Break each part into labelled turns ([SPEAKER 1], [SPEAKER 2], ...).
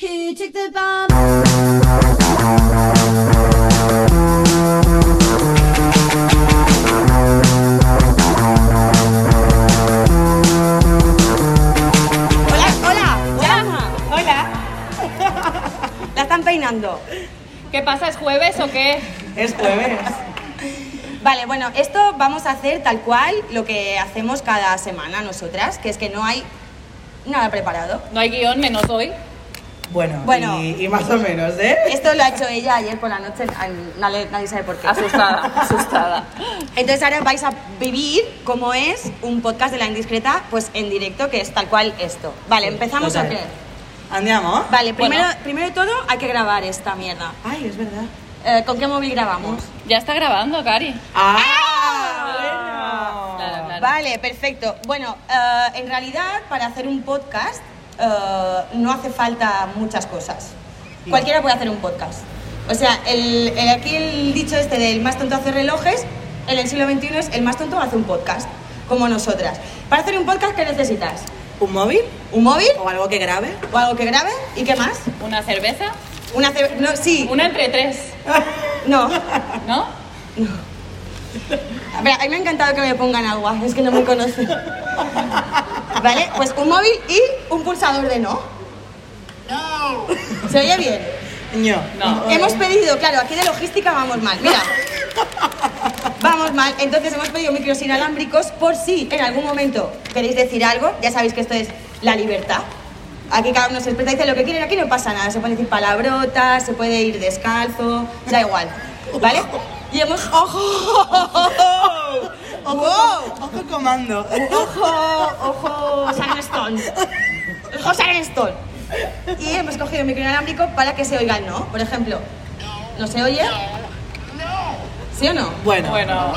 [SPEAKER 1] Who took the bomb?
[SPEAKER 2] Hola, hola, hola.
[SPEAKER 3] Hola,
[SPEAKER 2] La están peinando.
[SPEAKER 3] ¿qué pasa? ¿Es jueves o qué?
[SPEAKER 4] Es jueves.
[SPEAKER 2] Vale, bueno, esto vamos a hacer tal cual lo que hacemos cada semana nosotras, que es que no hay nada preparado.
[SPEAKER 3] No hay guión, menos hoy.
[SPEAKER 4] Bueno,
[SPEAKER 2] Bueno.
[SPEAKER 4] Y, y más o menos, ¿eh?
[SPEAKER 2] Esto lo ha hecho ella ayer por la noche, al- nadie, nadie sabe por qué.
[SPEAKER 3] Asustada, asustada.
[SPEAKER 2] Entonces ahora vais a vivir como es un podcast de La Indiscreta, pues en directo, que es tal cual esto. Vale, empezamos a
[SPEAKER 4] Total.
[SPEAKER 2] creer.
[SPEAKER 4] Andiamo.
[SPEAKER 2] Vale,
[SPEAKER 3] Bueno.
[SPEAKER 2] primero, primero de todo hay que grabar esta mierda.
[SPEAKER 4] Ay, es verdad.
[SPEAKER 2] Eh, ¿Con qué móvil grabamos?
[SPEAKER 3] Ya está grabando, Cari.
[SPEAKER 4] Ah,
[SPEAKER 3] Ah,
[SPEAKER 4] bueno.
[SPEAKER 3] claro, claro.
[SPEAKER 2] Vale, perfecto. Bueno, eh, en realidad para hacer un podcast eh, no hace falta muchas cosas. Cualquiera puede hacer un podcast. O sea, el, el- aquí el dicho este del más tonto hace relojes, en el siglo XXI es el más tonto hace un podcast, como nosotras. Para hacer un podcast, ¿qué necesitas?
[SPEAKER 4] ¿Un móvil?
[SPEAKER 2] ¿Un móvil?
[SPEAKER 4] ¿O algo que grabe?
[SPEAKER 2] ¿O algo que grabe? ¿Y qué más?
[SPEAKER 3] Una cerveza,
[SPEAKER 2] Una ce- No, sí.
[SPEAKER 3] una entre tres,
[SPEAKER 2] No.
[SPEAKER 3] ¿no?
[SPEAKER 2] A ver, a mí me ha encantado que me pongan agua, es que no me conocen. Vale, pues un móvil y un pulsador de no. No. ¿Se oye bien?
[SPEAKER 4] No.
[SPEAKER 3] No.
[SPEAKER 2] Hemos pedido, claro, aquí de logística vamos mal, mira. Vamos mal, entonces hemos pedido micros inalámbricos por si en algún momento queréis decir algo, ya sabéis que esto es la libertad. Aquí cada uno se expresa y dice lo que quiere, aquí no pasa nada, se pueden decir palabrotas, se puede ir descalzo, da igual, ¿vale? Y hemos... ¡Oh! ¡Ojo!
[SPEAKER 4] Ojo,
[SPEAKER 2] ¡Wow!
[SPEAKER 4] ojo comando.
[SPEAKER 2] Ojo, ojo, Sharon Stone. Ojo, Sharon Stone. Y hemos cogido el micro inalámbrico para que se oiga el no. Por ejemplo, ¿no se oye? ¿Sí o no?
[SPEAKER 4] Bueno.
[SPEAKER 3] Bueno,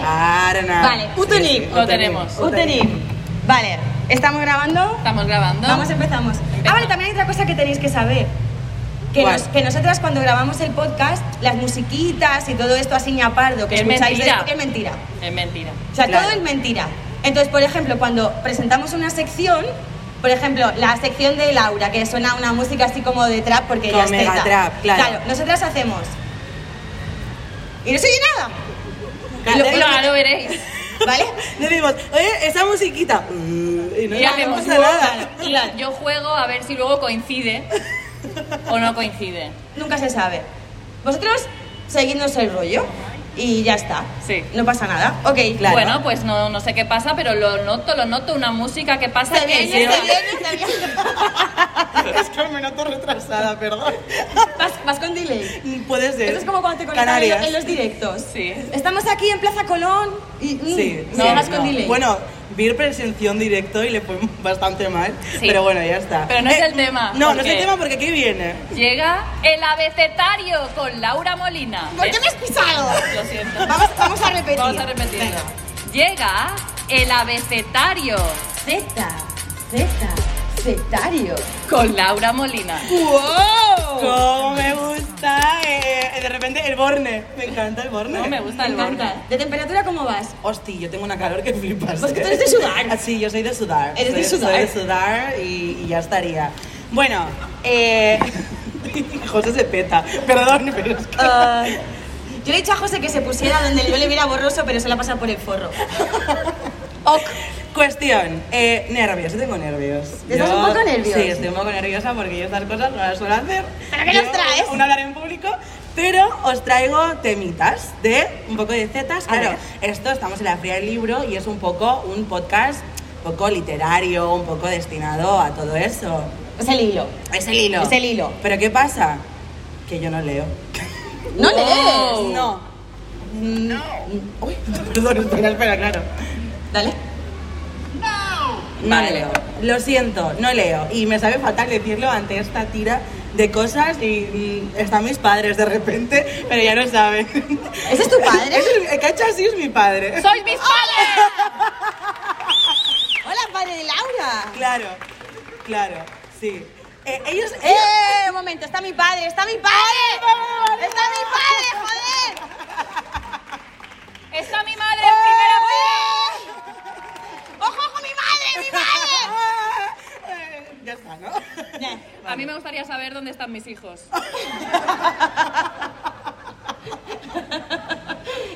[SPEAKER 4] Ahora nada.
[SPEAKER 2] Vale, Utenim.
[SPEAKER 3] Lo tenemos.
[SPEAKER 2] Utenim. Vale, estamos grabando.
[SPEAKER 3] estamos grabando.
[SPEAKER 2] Vamos, empezamos. Ah, vale, también hay otra cosa que tenéis que saber. Que,
[SPEAKER 4] ¿Cuál?
[SPEAKER 2] nos- que nosotras cuando grabamos el podcast, las musiquitas y todo esto así ñapardo que
[SPEAKER 3] Es
[SPEAKER 2] escucháis de-
[SPEAKER 3] mentira.
[SPEAKER 2] es mentira.
[SPEAKER 3] Es mentira.
[SPEAKER 2] O sea,
[SPEAKER 4] Claro.
[SPEAKER 2] todo es mentira. Entonces, por ejemplo, cuando presentamos una sección, por ejemplo, la sección de Laura, que suena una música así como de trap, porque
[SPEAKER 4] Con
[SPEAKER 2] ella es
[SPEAKER 4] mega
[SPEAKER 2] teta.
[SPEAKER 4] trap, claro.
[SPEAKER 2] nosotras hacemos. Y no se oye nada,
[SPEAKER 4] Claro,
[SPEAKER 2] Lo-
[SPEAKER 4] claro.
[SPEAKER 3] Claro, veréis.
[SPEAKER 2] ¿vale?
[SPEAKER 4] Decimos, oye, esa musiquita. Mm, Y no,
[SPEAKER 3] Y
[SPEAKER 4] no
[SPEAKER 3] hacemos
[SPEAKER 4] pasa nada.
[SPEAKER 3] Y yo juego a ver si luego coincide o no coincide.
[SPEAKER 2] Nunca se sabe. Vosotros seguidnos el rollo y ya está.
[SPEAKER 3] Sí.
[SPEAKER 2] No pasa nada. Ok,
[SPEAKER 4] Claro.
[SPEAKER 3] Bueno, pues no, no sé qué pasa, pero lo noto, lo noto, una música que pasa.
[SPEAKER 2] Se
[SPEAKER 3] que
[SPEAKER 2] viene, se
[SPEAKER 3] lleva-
[SPEAKER 2] viene, se viene.
[SPEAKER 4] es que me noto retrasada, perdón.
[SPEAKER 2] Vas, vas con delay.
[SPEAKER 4] Puede ser.
[SPEAKER 2] Eso es como cuando te conectan en, lo-
[SPEAKER 4] Canarias.
[SPEAKER 2] en los directos.
[SPEAKER 3] Sí.
[SPEAKER 2] Estamos aquí en Plaza Colón y mm,
[SPEAKER 4] Sí,
[SPEAKER 2] no,
[SPEAKER 4] sí,
[SPEAKER 2] vas con
[SPEAKER 4] no.
[SPEAKER 2] delay.
[SPEAKER 4] Bueno, Vir presenció en directo y le fue bastante mal,
[SPEAKER 3] Sí.
[SPEAKER 4] pero bueno, ya está. Eh,
[SPEAKER 3] Pero no es el tema,
[SPEAKER 4] No, no es
[SPEAKER 3] porque-
[SPEAKER 4] el tema porque aquí viene.
[SPEAKER 3] Llega el abecetario con Laura Molina.
[SPEAKER 2] ¿Por qué me has pisado?
[SPEAKER 3] Lo siento.
[SPEAKER 2] Vamos, vamos a repetir.
[SPEAKER 3] Vamos a repetirlo.
[SPEAKER 2] Venga.
[SPEAKER 3] Llega el abecetario
[SPEAKER 2] Zeta, Zeta, Zetario.
[SPEAKER 3] con Laura Molina.
[SPEAKER 2] ¡Wow!
[SPEAKER 4] ¡Cómo me gusta! eh, de repente el borne. Me encanta el borne.
[SPEAKER 3] No me gusta
[SPEAKER 2] Me
[SPEAKER 3] el
[SPEAKER 2] encanta.
[SPEAKER 3] borde.
[SPEAKER 2] ¿De temperatura cómo vas?
[SPEAKER 4] Hostia, yo tengo una calor que flipas.
[SPEAKER 2] Pues que tú eres de sudar.
[SPEAKER 4] Ah, sí, yo soy de sudar.
[SPEAKER 2] Eres de
[SPEAKER 4] Soy-
[SPEAKER 2] sudar.
[SPEAKER 4] Soy de sudar y, y ya estaría. Bueno, eh... José se peta. Perdón, pero es que...
[SPEAKER 2] Ah, yo le he dicho a José que se pusiera donde yo le viera borroso, pero se la pasa por el forro. Ok.
[SPEAKER 4] Cuestión, eh, nervios, yo tengo nervios.
[SPEAKER 2] ¿Estás
[SPEAKER 4] Yo-
[SPEAKER 2] un poco nerviosa?
[SPEAKER 4] Sí, estoy un poco nerviosa porque yo estas cosas no las suelo hacer.
[SPEAKER 2] ¿Pero qué
[SPEAKER 4] Yo,
[SPEAKER 2] nos traes?
[SPEAKER 4] Un hablar en público, pero os traigo temitas de un poco de zetas.
[SPEAKER 2] A
[SPEAKER 4] Claro,
[SPEAKER 2] ver.
[SPEAKER 4] esto estamos en la Fría del Libro y es un poco un podcast un poco literario, un poco destinado a todo eso.
[SPEAKER 2] Es el hilo.
[SPEAKER 4] Es el hilo.
[SPEAKER 2] Es el hilo.
[SPEAKER 4] Pero ¿qué pasa? Que yo no leo.
[SPEAKER 2] No
[SPEAKER 3] Wow.
[SPEAKER 2] lees.
[SPEAKER 4] No. No. Uy, perdón, espera, espera, claro.
[SPEAKER 2] Dale.
[SPEAKER 4] No
[SPEAKER 3] Vale.
[SPEAKER 4] leo. Lo siento, no leo. Y me sabe fatal decirlo ante esta tira de cosas y mm, están mis padres de repente, pero ya no saben.
[SPEAKER 2] ¿Ese es tu padre?
[SPEAKER 4] Ese es- el que ha hecho así es mi padre.
[SPEAKER 3] ¡Sois mis padres!
[SPEAKER 2] Hola, padre de Laura.
[SPEAKER 4] Claro, claro, sí. Eh, ellos...
[SPEAKER 2] ¡Eh! Un momento, está mi padre, está mi padre. Está mi padre, joder.
[SPEAKER 3] ¡Está mi madre en primera fila!
[SPEAKER 2] ¡Ojo con mi madre, mi madre!
[SPEAKER 4] Ya está. nada, ¿no?
[SPEAKER 2] Nah.
[SPEAKER 3] A mí me gustaría saber dónde están mis hijos.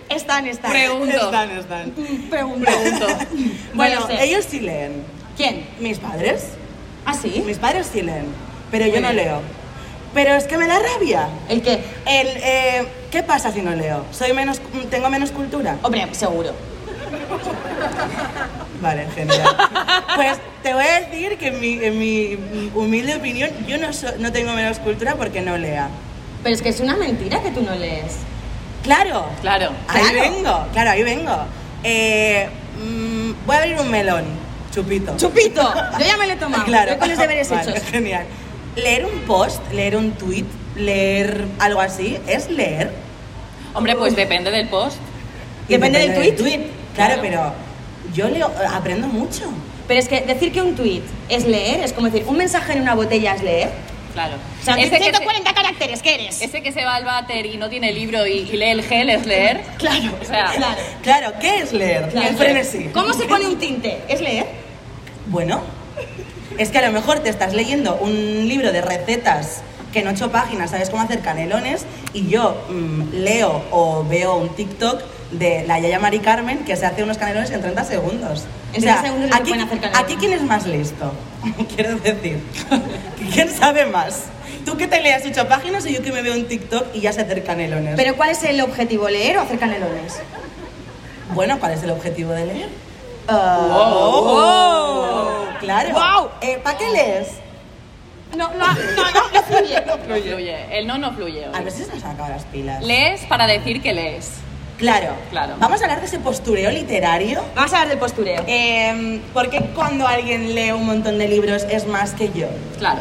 [SPEAKER 2] Están, están.
[SPEAKER 3] Pregunto.
[SPEAKER 4] Están, están.
[SPEAKER 2] Pregunta.
[SPEAKER 3] Pregunto.
[SPEAKER 4] Bueno,
[SPEAKER 2] sé.
[SPEAKER 4] ellos sí leen.
[SPEAKER 2] eh, ¿Quién?
[SPEAKER 4] Mis padres.
[SPEAKER 2] ¿Ah, sí?
[SPEAKER 4] Mis padres sí leen. Pero yo
[SPEAKER 2] Muy
[SPEAKER 4] no
[SPEAKER 2] bien.
[SPEAKER 4] leo. Pero es que me da rabia.
[SPEAKER 2] ¿El qué?
[SPEAKER 4] El, eh, ¿Qué pasa si no leo? ¿Soy menos, ¿Tengo menos cultura?
[SPEAKER 2] Hombre, seguro.
[SPEAKER 4] Vale, genial. Pues te voy a decir que en mi, en mi humilde opinión, yo no, so- no tengo menos cultura porque no lea.
[SPEAKER 2] Pero es que es una mentira que tú no lees.
[SPEAKER 4] Claro,
[SPEAKER 3] Claro.
[SPEAKER 4] ahí
[SPEAKER 2] Claro.
[SPEAKER 4] vengo, claro, ahí vengo. Eh, mm, voy a abrir un melón, chupito.
[SPEAKER 2] ¡Chupito! Yo ya me lo he tomado.
[SPEAKER 4] Claro.
[SPEAKER 2] Yo con los deberes
[SPEAKER 4] Vale,
[SPEAKER 2] hechos.
[SPEAKER 4] Genial. Leer un post, leer un tweet, leer algo así, es leer.
[SPEAKER 3] Hombre, pues depende del post.
[SPEAKER 4] Y
[SPEAKER 2] Depende del tuit.
[SPEAKER 4] Claro,
[SPEAKER 3] Claro.
[SPEAKER 4] pero yo leo, aprendo mucho.
[SPEAKER 2] Pero es que decir que un tweet es leer es como decir un mensaje en una botella es leer.
[SPEAKER 3] Claro.
[SPEAKER 2] O sea,
[SPEAKER 3] ese, que
[SPEAKER 2] 140 caracteres, ¿qué eres?
[SPEAKER 3] se, ese que se va al váter y no tiene libro y, y lee el gel es leer.
[SPEAKER 2] Claro,
[SPEAKER 3] O sea,
[SPEAKER 2] claro.
[SPEAKER 4] Claro, ¿qué es leer?
[SPEAKER 2] claro.
[SPEAKER 4] El frenesí.
[SPEAKER 2] ¿Cómo se pone un tinte? ¿Es leer?
[SPEAKER 4] Bueno, es que a lo mejor te estás leyendo un libro de recetas que en ocho páginas sabes cómo hacer canelones y yo mm, leo o veo un TikTok de la Yaya Mari Carmen que se hace unos canelones en 30 segundos.
[SPEAKER 2] En 30 segundos no se
[SPEAKER 4] aquí,
[SPEAKER 2] pueden hacer canelones.
[SPEAKER 4] aquí quién es más listo, quiero decir. ¿Quién sabe más? Tú que te leas ocho páginas y yo que me veo un TikTok y ya sé hacer canelones.
[SPEAKER 2] Pero ¿cuál es el objetivo? ¿Leer o hacer canelones?
[SPEAKER 4] bueno, ¿cuál es el objetivo de leer?
[SPEAKER 2] Oh,
[SPEAKER 3] Wow.
[SPEAKER 4] Claro.
[SPEAKER 2] Wow.
[SPEAKER 4] ¿Para qué lees?
[SPEAKER 2] No, no, no, no, no fluye.
[SPEAKER 3] No fluye. El no no fluye. hoy.
[SPEAKER 4] A ver si se nos han acabado las pilas.
[SPEAKER 3] Lees para decir que lees.
[SPEAKER 4] Claro,
[SPEAKER 3] Claro.
[SPEAKER 4] Vamos a hablar de ese postureo literario.
[SPEAKER 2] Vamos a hablar del postureo.
[SPEAKER 4] Eh, ¿Por qué cuando alguien lee un montón de libros es más que yo?
[SPEAKER 3] Claro.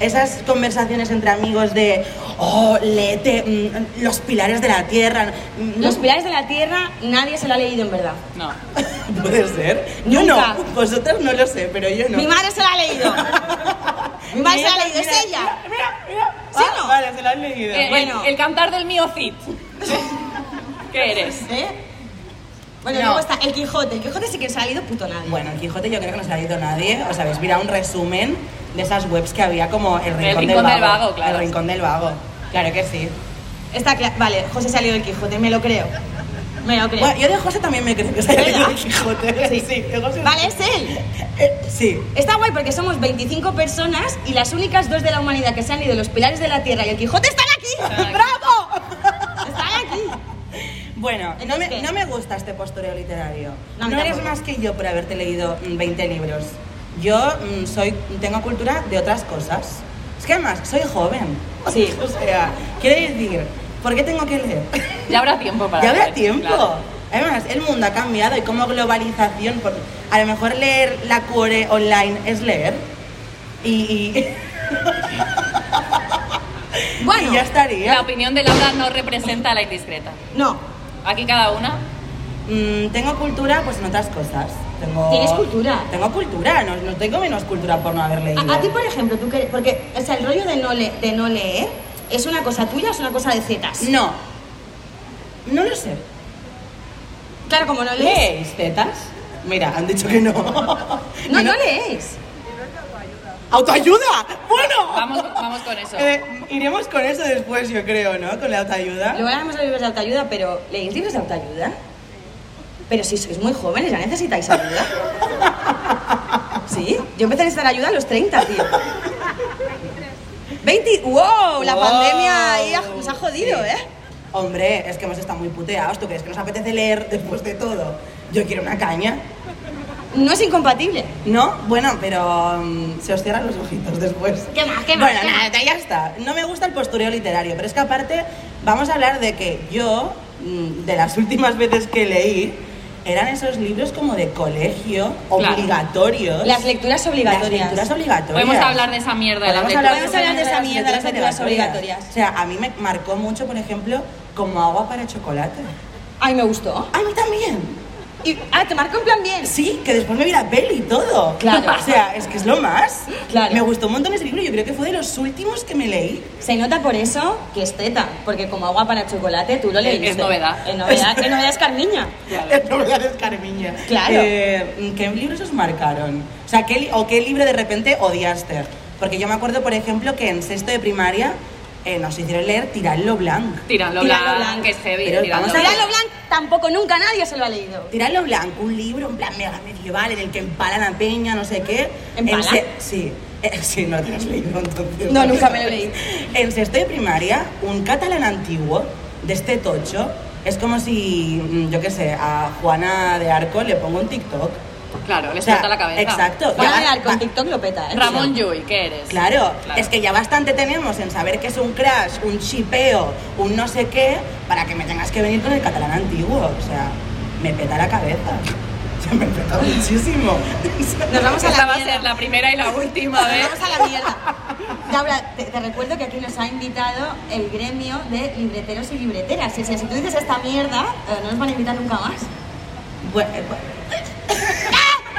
[SPEAKER 4] Esas conversaciones entre amigos de, oh, léete mm, los pilares de la tierra. mm,
[SPEAKER 2] Los pilares de la tierra nadie se lo ha leído en verdad.
[SPEAKER 3] No.
[SPEAKER 4] Puede ser. Yo
[SPEAKER 2] Nunca.
[SPEAKER 4] no. Vosotros no lo sé, pero yo no.
[SPEAKER 2] Mi madre se lo ha leído. Mi madre se lo ha leído,
[SPEAKER 4] Mira,
[SPEAKER 2] es ella.
[SPEAKER 4] Mira, mira, mira.
[SPEAKER 2] ¿Sí
[SPEAKER 4] Ah,
[SPEAKER 2] o no?
[SPEAKER 4] Vale, se lo han leído.
[SPEAKER 3] Eh,
[SPEAKER 2] Bueno.
[SPEAKER 3] El, el cantar del mío fit. ¿Qué eres?
[SPEAKER 2] ¿Eh? Bueno,
[SPEAKER 3] No.
[SPEAKER 2] luego está el Quijote. El Quijote sí que se ha leído puto nadie.
[SPEAKER 4] Bueno, el Quijote yo creo que no se lo ha leído nadie. Os habéis mirado un resumen de esas webs que había como el rincón,
[SPEAKER 3] Rincón del Vago, claro.
[SPEAKER 4] El rincón del vago. Claro que sí.
[SPEAKER 2] Está cla- Vale, José se ha leído el Quijote, me lo creo. Me lo creo.
[SPEAKER 4] Bueno, yo de José también me creo que se ha leído
[SPEAKER 2] ¿Verdad?
[SPEAKER 4] el Quijote. Sí, sí. de José-
[SPEAKER 2] Vale, es él.
[SPEAKER 4] Eh, sí.
[SPEAKER 2] Está guay porque somos 25 personas y las únicas dos de la humanidad que se han leído los pilares de la tierra y el Quijote están aquí.
[SPEAKER 3] Están aquí.
[SPEAKER 2] ¡Bravo! Están aquí.
[SPEAKER 4] Bueno, no me,
[SPEAKER 2] Entonces, ¿qué?
[SPEAKER 4] no me gusta este postureo literario.
[SPEAKER 2] No,
[SPEAKER 4] No,
[SPEAKER 2] a mí
[SPEAKER 4] eres
[SPEAKER 2] tampoco.
[SPEAKER 4] más que yo por haberte leído mm, 20 libros. Yo mm, soy, tengo cultura de otras cosas. Es que además, soy joven.
[SPEAKER 2] Sí.
[SPEAKER 4] O sea, quiero decir, ¿por qué tengo que leer?
[SPEAKER 3] Ya habrá tiempo para
[SPEAKER 4] Ya habrá
[SPEAKER 3] leer,
[SPEAKER 4] tiempo.
[SPEAKER 3] claro.
[SPEAKER 4] Además, el mundo ha cambiado y como globalización, por- a lo mejor leer la cuore online es leer y, y-
[SPEAKER 2] Bueno,
[SPEAKER 4] y ya estaría.
[SPEAKER 3] La opinión de Laura no representa a la indiscreta.
[SPEAKER 2] no.
[SPEAKER 3] Aquí cada una.
[SPEAKER 4] Mm, tengo cultura pues en otras cosas. Tengo,
[SPEAKER 2] ¿Tienes cultura?
[SPEAKER 4] Tengo cultura, no, no tengo menos cultura por no haber leído.
[SPEAKER 2] A, a ti, por ejemplo, tú que... Porque, o sea, el rollo de no, le- de no leer es una cosa tuya o es una cosa de zetas.
[SPEAKER 4] No. No lo sé.
[SPEAKER 2] Claro, como no lees.
[SPEAKER 4] ¿Leéis tetas? Mira, han dicho que no.
[SPEAKER 2] No, no lees.
[SPEAKER 4] ¡Autoayuda! ¡Bueno!
[SPEAKER 3] Vamos, vamos con eso.
[SPEAKER 4] Eh, iremos con eso después, yo creo, ¿no? Con la autoayuda.
[SPEAKER 2] Ah. Luego hablamos de libros de autoayuda, pero ¿leéis libros de autoayuda? Pero si sois muy jóvenes, ya necesitáis ayuda. ¿Sí? Yo empecé a necesitar ayuda a los 30, tío. 20, wow, la
[SPEAKER 4] Wow.
[SPEAKER 2] pandemia ahí ha- nos ha jodido,
[SPEAKER 4] Sí.
[SPEAKER 2] ¿eh?
[SPEAKER 4] Hombre, es que hemos estado muy puteados. ¿Tú crees que nos apetece leer después de todo? Yo quiero una caña.
[SPEAKER 2] No es incompatible.
[SPEAKER 4] No, bueno, pero mm, se os cierran los ojitos después.
[SPEAKER 2] ¿Qué más, qué más,
[SPEAKER 4] Bueno,
[SPEAKER 2] qué
[SPEAKER 4] nada, ya está. No me gusta el postureo literario, pero es que aparte vamos a hablar de que yo, mm, de las últimas veces que leí, eran esos libros como de colegio,
[SPEAKER 3] Claro.
[SPEAKER 4] obligatorios.
[SPEAKER 2] Las lecturas
[SPEAKER 4] Las
[SPEAKER 2] obligatorias.
[SPEAKER 4] lecturas obligatorias.
[SPEAKER 3] Podemos hablar de esa mierda de la
[SPEAKER 4] Podemos
[SPEAKER 3] lectura.
[SPEAKER 4] hablar,
[SPEAKER 2] Podemos hablar de esa mierda, las lecturas obligatorias.
[SPEAKER 4] O sea, a mí me marcó mucho, por ejemplo, como agua para chocolate.
[SPEAKER 2] Ay, me gustó.
[SPEAKER 4] A mí también.
[SPEAKER 2] Y, ah, te marco en plan bien.
[SPEAKER 4] Sí, que después me vi la peli y todo.
[SPEAKER 2] Claro.
[SPEAKER 4] O sea, es que es lo más.
[SPEAKER 2] Claro.
[SPEAKER 4] Me gustó un montón ese libro. Yo creo que fue de los últimos que me leí.
[SPEAKER 2] Se nota por eso que es teta, porque como agua para chocolate tú lo
[SPEAKER 3] Es- es
[SPEAKER 2] leíste.
[SPEAKER 3] novedad.
[SPEAKER 2] Es novedad, es novedad es Carmiña.
[SPEAKER 3] Claro.
[SPEAKER 4] No me la descarmiña.
[SPEAKER 2] Claro.
[SPEAKER 4] Eh, ¿Qué libros os marcaron? O sea, ¿qué li- ¿o qué libro de repente odiaste? Porque yo me acuerdo, por ejemplo, que en sexto de primaria eh, nos hicieron leer Tirarlo Blanc.
[SPEAKER 2] Tirando
[SPEAKER 3] Tirando blanco,
[SPEAKER 2] blanco.
[SPEAKER 3] que es heavy.
[SPEAKER 4] Pero
[SPEAKER 3] tirando
[SPEAKER 4] vamos a-
[SPEAKER 3] blanco.
[SPEAKER 2] Tirarlo blanco tampoco nunca nadie se lo ha leído.
[SPEAKER 4] Tirarlo Blanco, un libro en plan mega medieval en el que empalan a Peña, no sé qué.
[SPEAKER 2] ¿Empalan?
[SPEAKER 4] En se- sí. Eh, sí, no te has leído entonces.
[SPEAKER 2] No, nunca me lo leí.
[SPEAKER 4] En sexto de primaria, un catalán antiguo de este tocho es como si, mm, yo qué sé, a Juana de Arco le pongo un TikTok.
[SPEAKER 3] Claro, les
[SPEAKER 4] O sea,
[SPEAKER 3] corta la cabeza.
[SPEAKER 4] exacto.
[SPEAKER 2] Juana
[SPEAKER 4] Ya,
[SPEAKER 2] de Arco
[SPEAKER 4] va-
[SPEAKER 2] en TikTok lo peta, ¿eh?
[SPEAKER 3] Ramón Llull, ¿qué eres?
[SPEAKER 4] Claro,
[SPEAKER 3] Claro.
[SPEAKER 4] es que ya bastante tenemos en saber que es un crash, un chipeo, un no sé qué, para que me tengas que venir con el catalán antiguo. O sea, me peta la cabeza. O sea, me peta muchísimo.
[SPEAKER 2] Nos vamos a
[SPEAKER 3] Esta
[SPEAKER 2] la
[SPEAKER 3] va a
[SPEAKER 2] mierda.
[SPEAKER 3] ser la primera y la última vez.
[SPEAKER 2] Vamos a la mierda. Laura, te, te recuerdo que aquí nos ha invitado el gremio de libreteros y libreteras. Si, si, si tú dices esta mierda, eh, no nos van a invitar nunca más.
[SPEAKER 4] Bueno, eh, bueno.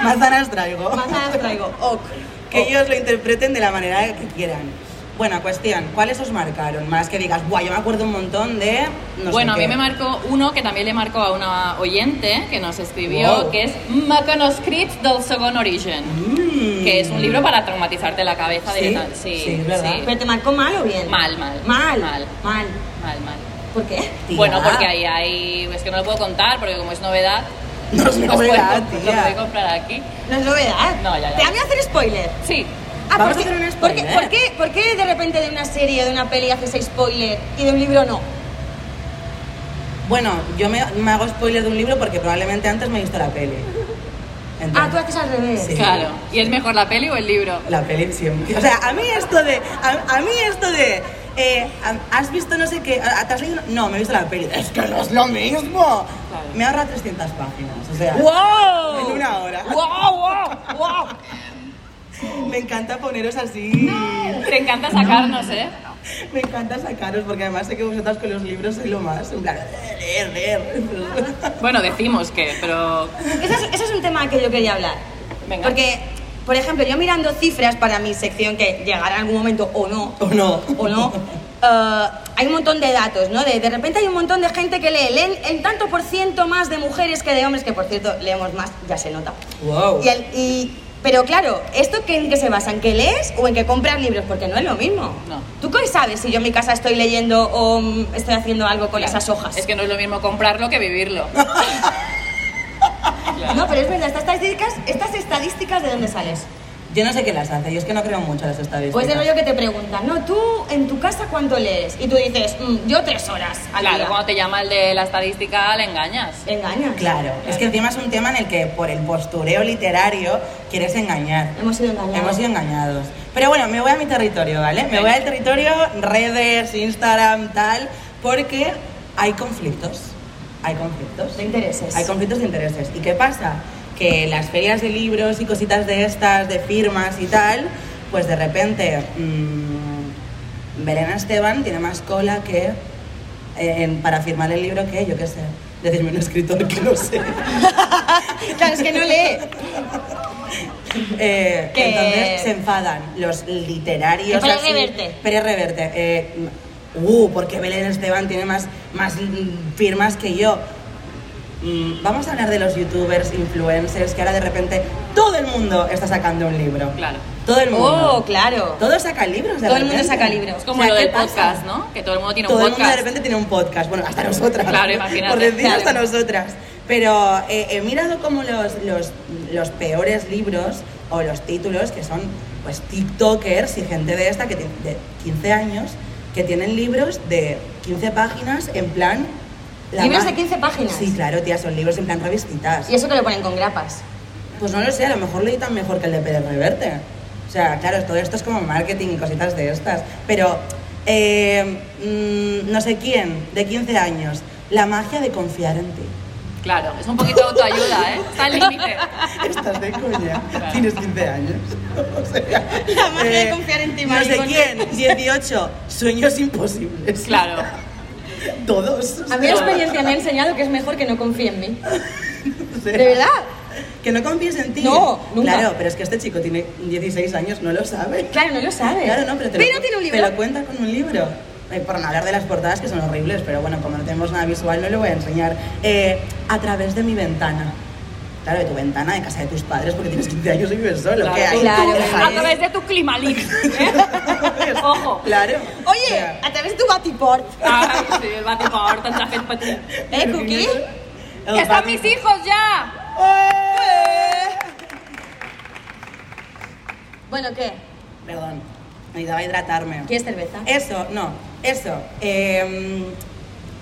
[SPEAKER 4] Manzanas traigo.
[SPEAKER 2] Más nada os traigo.
[SPEAKER 4] Oh.
[SPEAKER 2] Ok.
[SPEAKER 4] Que ellos lo interpreten de la manera que quieran. Bueno, cuestión, ¿cuáles os marcaron? Más que digas, guau, yo me acuerdo un montón de... no sé
[SPEAKER 3] bueno, a mí
[SPEAKER 4] qué".
[SPEAKER 3] me marcó uno que también le marcó a una oyente que nos escribió,
[SPEAKER 4] Wow.
[SPEAKER 3] que es Maconoscripts del Second Origin,
[SPEAKER 4] Mm.
[SPEAKER 3] que es un libro para traumatizarte la cabeza
[SPEAKER 4] Sí,
[SPEAKER 3] directamente. Sí,
[SPEAKER 4] sí, es verdad.
[SPEAKER 2] ¿Pero te marcó mal o bien?
[SPEAKER 3] Mal, mal.
[SPEAKER 2] Mal.
[SPEAKER 3] Mal.
[SPEAKER 2] Mal.
[SPEAKER 3] Mal, mal.
[SPEAKER 2] ¿Por qué?
[SPEAKER 4] Tía.
[SPEAKER 3] Bueno, porque ahí hay. Es que no lo puedo contar porque como es novedad.
[SPEAKER 4] No es
[SPEAKER 3] os
[SPEAKER 4] novedad,
[SPEAKER 3] cuento,
[SPEAKER 4] tía.
[SPEAKER 3] Lo voy a comprar aquí.
[SPEAKER 2] No es novedad.
[SPEAKER 3] No, ya, ya.
[SPEAKER 2] Te voy a hacer spoiler. Ah,
[SPEAKER 3] Sí.
[SPEAKER 4] Vamos
[SPEAKER 2] ¿por
[SPEAKER 4] a
[SPEAKER 2] qué-
[SPEAKER 4] hacer un
[SPEAKER 2] ¿por qué-
[SPEAKER 4] spoiler.
[SPEAKER 2] ¿por qué, por qué de repente de una serie o de una peli haces spoiler y de un libro no?
[SPEAKER 4] Bueno, yo me, me hago spoiler de un libro porque probablemente antes me he visto la peli. Entonces,
[SPEAKER 2] Ah, tú haces al revés.
[SPEAKER 4] Sí.
[SPEAKER 3] Claro. ¿Y es mejor la peli o el libro?
[SPEAKER 4] La peli siempre. O sea, a mí esto de. A, a mí esto de. eh, ¿Has visto no sé qué? ¿Te has leído? No, me he visto la peli. Es que no es lo mismo. Me ahorra 300 páginas. O sea,
[SPEAKER 2] ¡Wow!
[SPEAKER 4] En una hora.
[SPEAKER 2] ¡Wow, wow, wow!
[SPEAKER 4] me encanta poneros así.
[SPEAKER 3] Te encanta sacarnos, ¿eh?
[SPEAKER 4] Me encanta sacaros porque además sé que vosotras con los libros sois lo más. En plan, leer, leer.
[SPEAKER 3] Bueno, decimos que, pero.
[SPEAKER 2] Eso es, eso es un tema que yo quería hablar.
[SPEAKER 3] Venga.
[SPEAKER 2] Porque, por ejemplo, yo mirando cifras para mi sección, que llegará en algún momento o no,
[SPEAKER 4] ¿O no?
[SPEAKER 2] o no, eh, hay un montón de datos, ¿no? De, de repente hay un montón de gente que lee. Leen el tanto por ciento más de mujeres que de hombres, que por cierto, leemos más, ya se nota.
[SPEAKER 4] Wow.
[SPEAKER 2] Y el- y- pero claro, ¿esto qué- en qué se basa? ¿En que lees o en que compras libros? Porque no es lo mismo.
[SPEAKER 3] No.
[SPEAKER 2] ¿Tú qué sabes si yo en mi casa estoy leyendo o mm, estoy haciendo algo con esas hojas?
[SPEAKER 3] Es que no es lo mismo comprarlo que vivirlo.
[SPEAKER 2] No, pero es verdad, estas estadísticas, estas estadísticas ¿de dónde sales?
[SPEAKER 4] Yo no sé qué las hace, yo es que no creo mucho en las estadísticas.
[SPEAKER 2] Pues de rollo que te preguntan, no, tú en tu casa cuánto lees? Y tú dices, "Mm, yo tres horas al
[SPEAKER 3] Claro,
[SPEAKER 2] día".
[SPEAKER 3] cuando te llama el de la estadística, le engañas.
[SPEAKER 2] Engañas.
[SPEAKER 4] Claro, es que encima es un tema en el que por el postureo literario quieres engañar.
[SPEAKER 2] Hemos sido engañados.
[SPEAKER 4] Hemos sido engañados. Pero bueno, me voy a mi territorio, ¿vale? Me voy al territorio, redes, Instagram, tal, porque hay conflictos. Hay conflictos.
[SPEAKER 2] De intereses.
[SPEAKER 4] Hay conflictos de intereses. ¿Y qué pasa? Que las ferias de libros y cositas de estas, de firmas y tal, pues de repente mm, Belén Esteban tiene más cola que eh, en- para firmar el libro que yo qué sé. Decirme un escritor que no sé.
[SPEAKER 2] Claro, es que no lee.
[SPEAKER 4] Eh,
[SPEAKER 2] Que-
[SPEAKER 4] Entonces se enfadan los literarios.
[SPEAKER 2] Que Pérez
[SPEAKER 4] así-
[SPEAKER 2] Reverte.
[SPEAKER 4] Pérez Reverte. eh, uh, porque Belén Esteban tiene más, más mm, firmas que yo. Mm, Vamos a hablar de los youtubers, influencers, que ahora de repente todo el mundo está sacando un libro.
[SPEAKER 3] Claro.
[SPEAKER 4] Todo el mundo.
[SPEAKER 2] Oh, claro.
[SPEAKER 4] Todos sacan libros. de
[SPEAKER 2] Todo el mundo
[SPEAKER 4] repente.
[SPEAKER 2] saca libros.
[SPEAKER 3] Es como
[SPEAKER 4] O sea,
[SPEAKER 3] lo
[SPEAKER 4] ¿qué
[SPEAKER 3] del
[SPEAKER 4] pasa?
[SPEAKER 3] podcast, ¿no? Que todo el mundo tiene
[SPEAKER 4] Todo
[SPEAKER 3] un
[SPEAKER 4] el mundo de
[SPEAKER 3] podcast.
[SPEAKER 4] repente tiene un podcast. Bueno, hasta nosotras.
[SPEAKER 3] Claro, imagínate.
[SPEAKER 4] Por decir
[SPEAKER 2] Claro.
[SPEAKER 4] hasta nosotras. Pero eh, he mirado como los, los, los peores libros o los títulos que son pues TikTokers y gente de esta que tiene de 15 años que tienen libros de 15 páginas en plan.
[SPEAKER 2] ¿Libros
[SPEAKER 4] ma-
[SPEAKER 2] de 15 páginas?
[SPEAKER 4] Sí, claro, tía, son libros en plan revistitas.
[SPEAKER 2] Y eso que lo ponen con grapas.
[SPEAKER 4] Pues no lo sé, a lo mejor lo editan mejor que el de Pérez Reverte. O sea, claro, todo esto es como marketing y cositas de estas. Pero eh, mm, no sé quién, de 15 años, la magia de confiar en ti.
[SPEAKER 3] Claro, es un poquito autoayuda, ¿eh? Está al límite.
[SPEAKER 4] Estás de coña,
[SPEAKER 3] Claro.
[SPEAKER 4] tienes 15 años. O sea,
[SPEAKER 2] La magia de confiar en ti,
[SPEAKER 4] Eh, No sé
[SPEAKER 2] maricón.
[SPEAKER 4] quién, 18, sueños imposibles.
[SPEAKER 3] Claro.
[SPEAKER 4] Todos. o
[SPEAKER 2] A mí la
[SPEAKER 4] sea,
[SPEAKER 2] experiencia me ha enseñado que es mejor que no confíe en mí.
[SPEAKER 4] o sea,
[SPEAKER 2] ¿De verdad?
[SPEAKER 4] Que no confíes en ti.
[SPEAKER 2] No, nunca.
[SPEAKER 4] Claro, pero es que este chico tiene 16 años, no lo sabe.
[SPEAKER 2] Claro, no lo sabes.
[SPEAKER 4] Claro, no, pero te, lo,
[SPEAKER 2] tiene
[SPEAKER 4] te
[SPEAKER 2] un libro.
[SPEAKER 4] lo cuenta con un libro. Eh, por no hablar de las portadas que son horribles, pero bueno, como no tenemos nada visual, no lo voy a enseñar. Eh, a través de mi ventana. claro, de tu ventana, de casa de tus padres, porque tienes 15 años y vives solo.
[SPEAKER 3] Claro,
[SPEAKER 4] ¿Qué hay?
[SPEAKER 2] claro,
[SPEAKER 4] ¿Qué
[SPEAKER 2] claro.
[SPEAKER 3] A
[SPEAKER 4] hay?
[SPEAKER 3] través de tu Climalink. ¿eh? Ojo.
[SPEAKER 4] Claro. O
[SPEAKER 2] Oye,
[SPEAKER 4] sea,
[SPEAKER 2] a través de tu batiport.
[SPEAKER 3] Ay, sí, el vato pa' ahorita, el café pa' ti.
[SPEAKER 2] ¿Eh, Cookie?
[SPEAKER 4] el
[SPEAKER 3] ¡Que están
[SPEAKER 4] papi-
[SPEAKER 3] mis hijos ya!
[SPEAKER 2] Bueno, ¿qué?
[SPEAKER 4] Perdón, necesitaba hidratarme.
[SPEAKER 2] ¿Quieres cerveza?
[SPEAKER 4] Eso, no, eso. Em,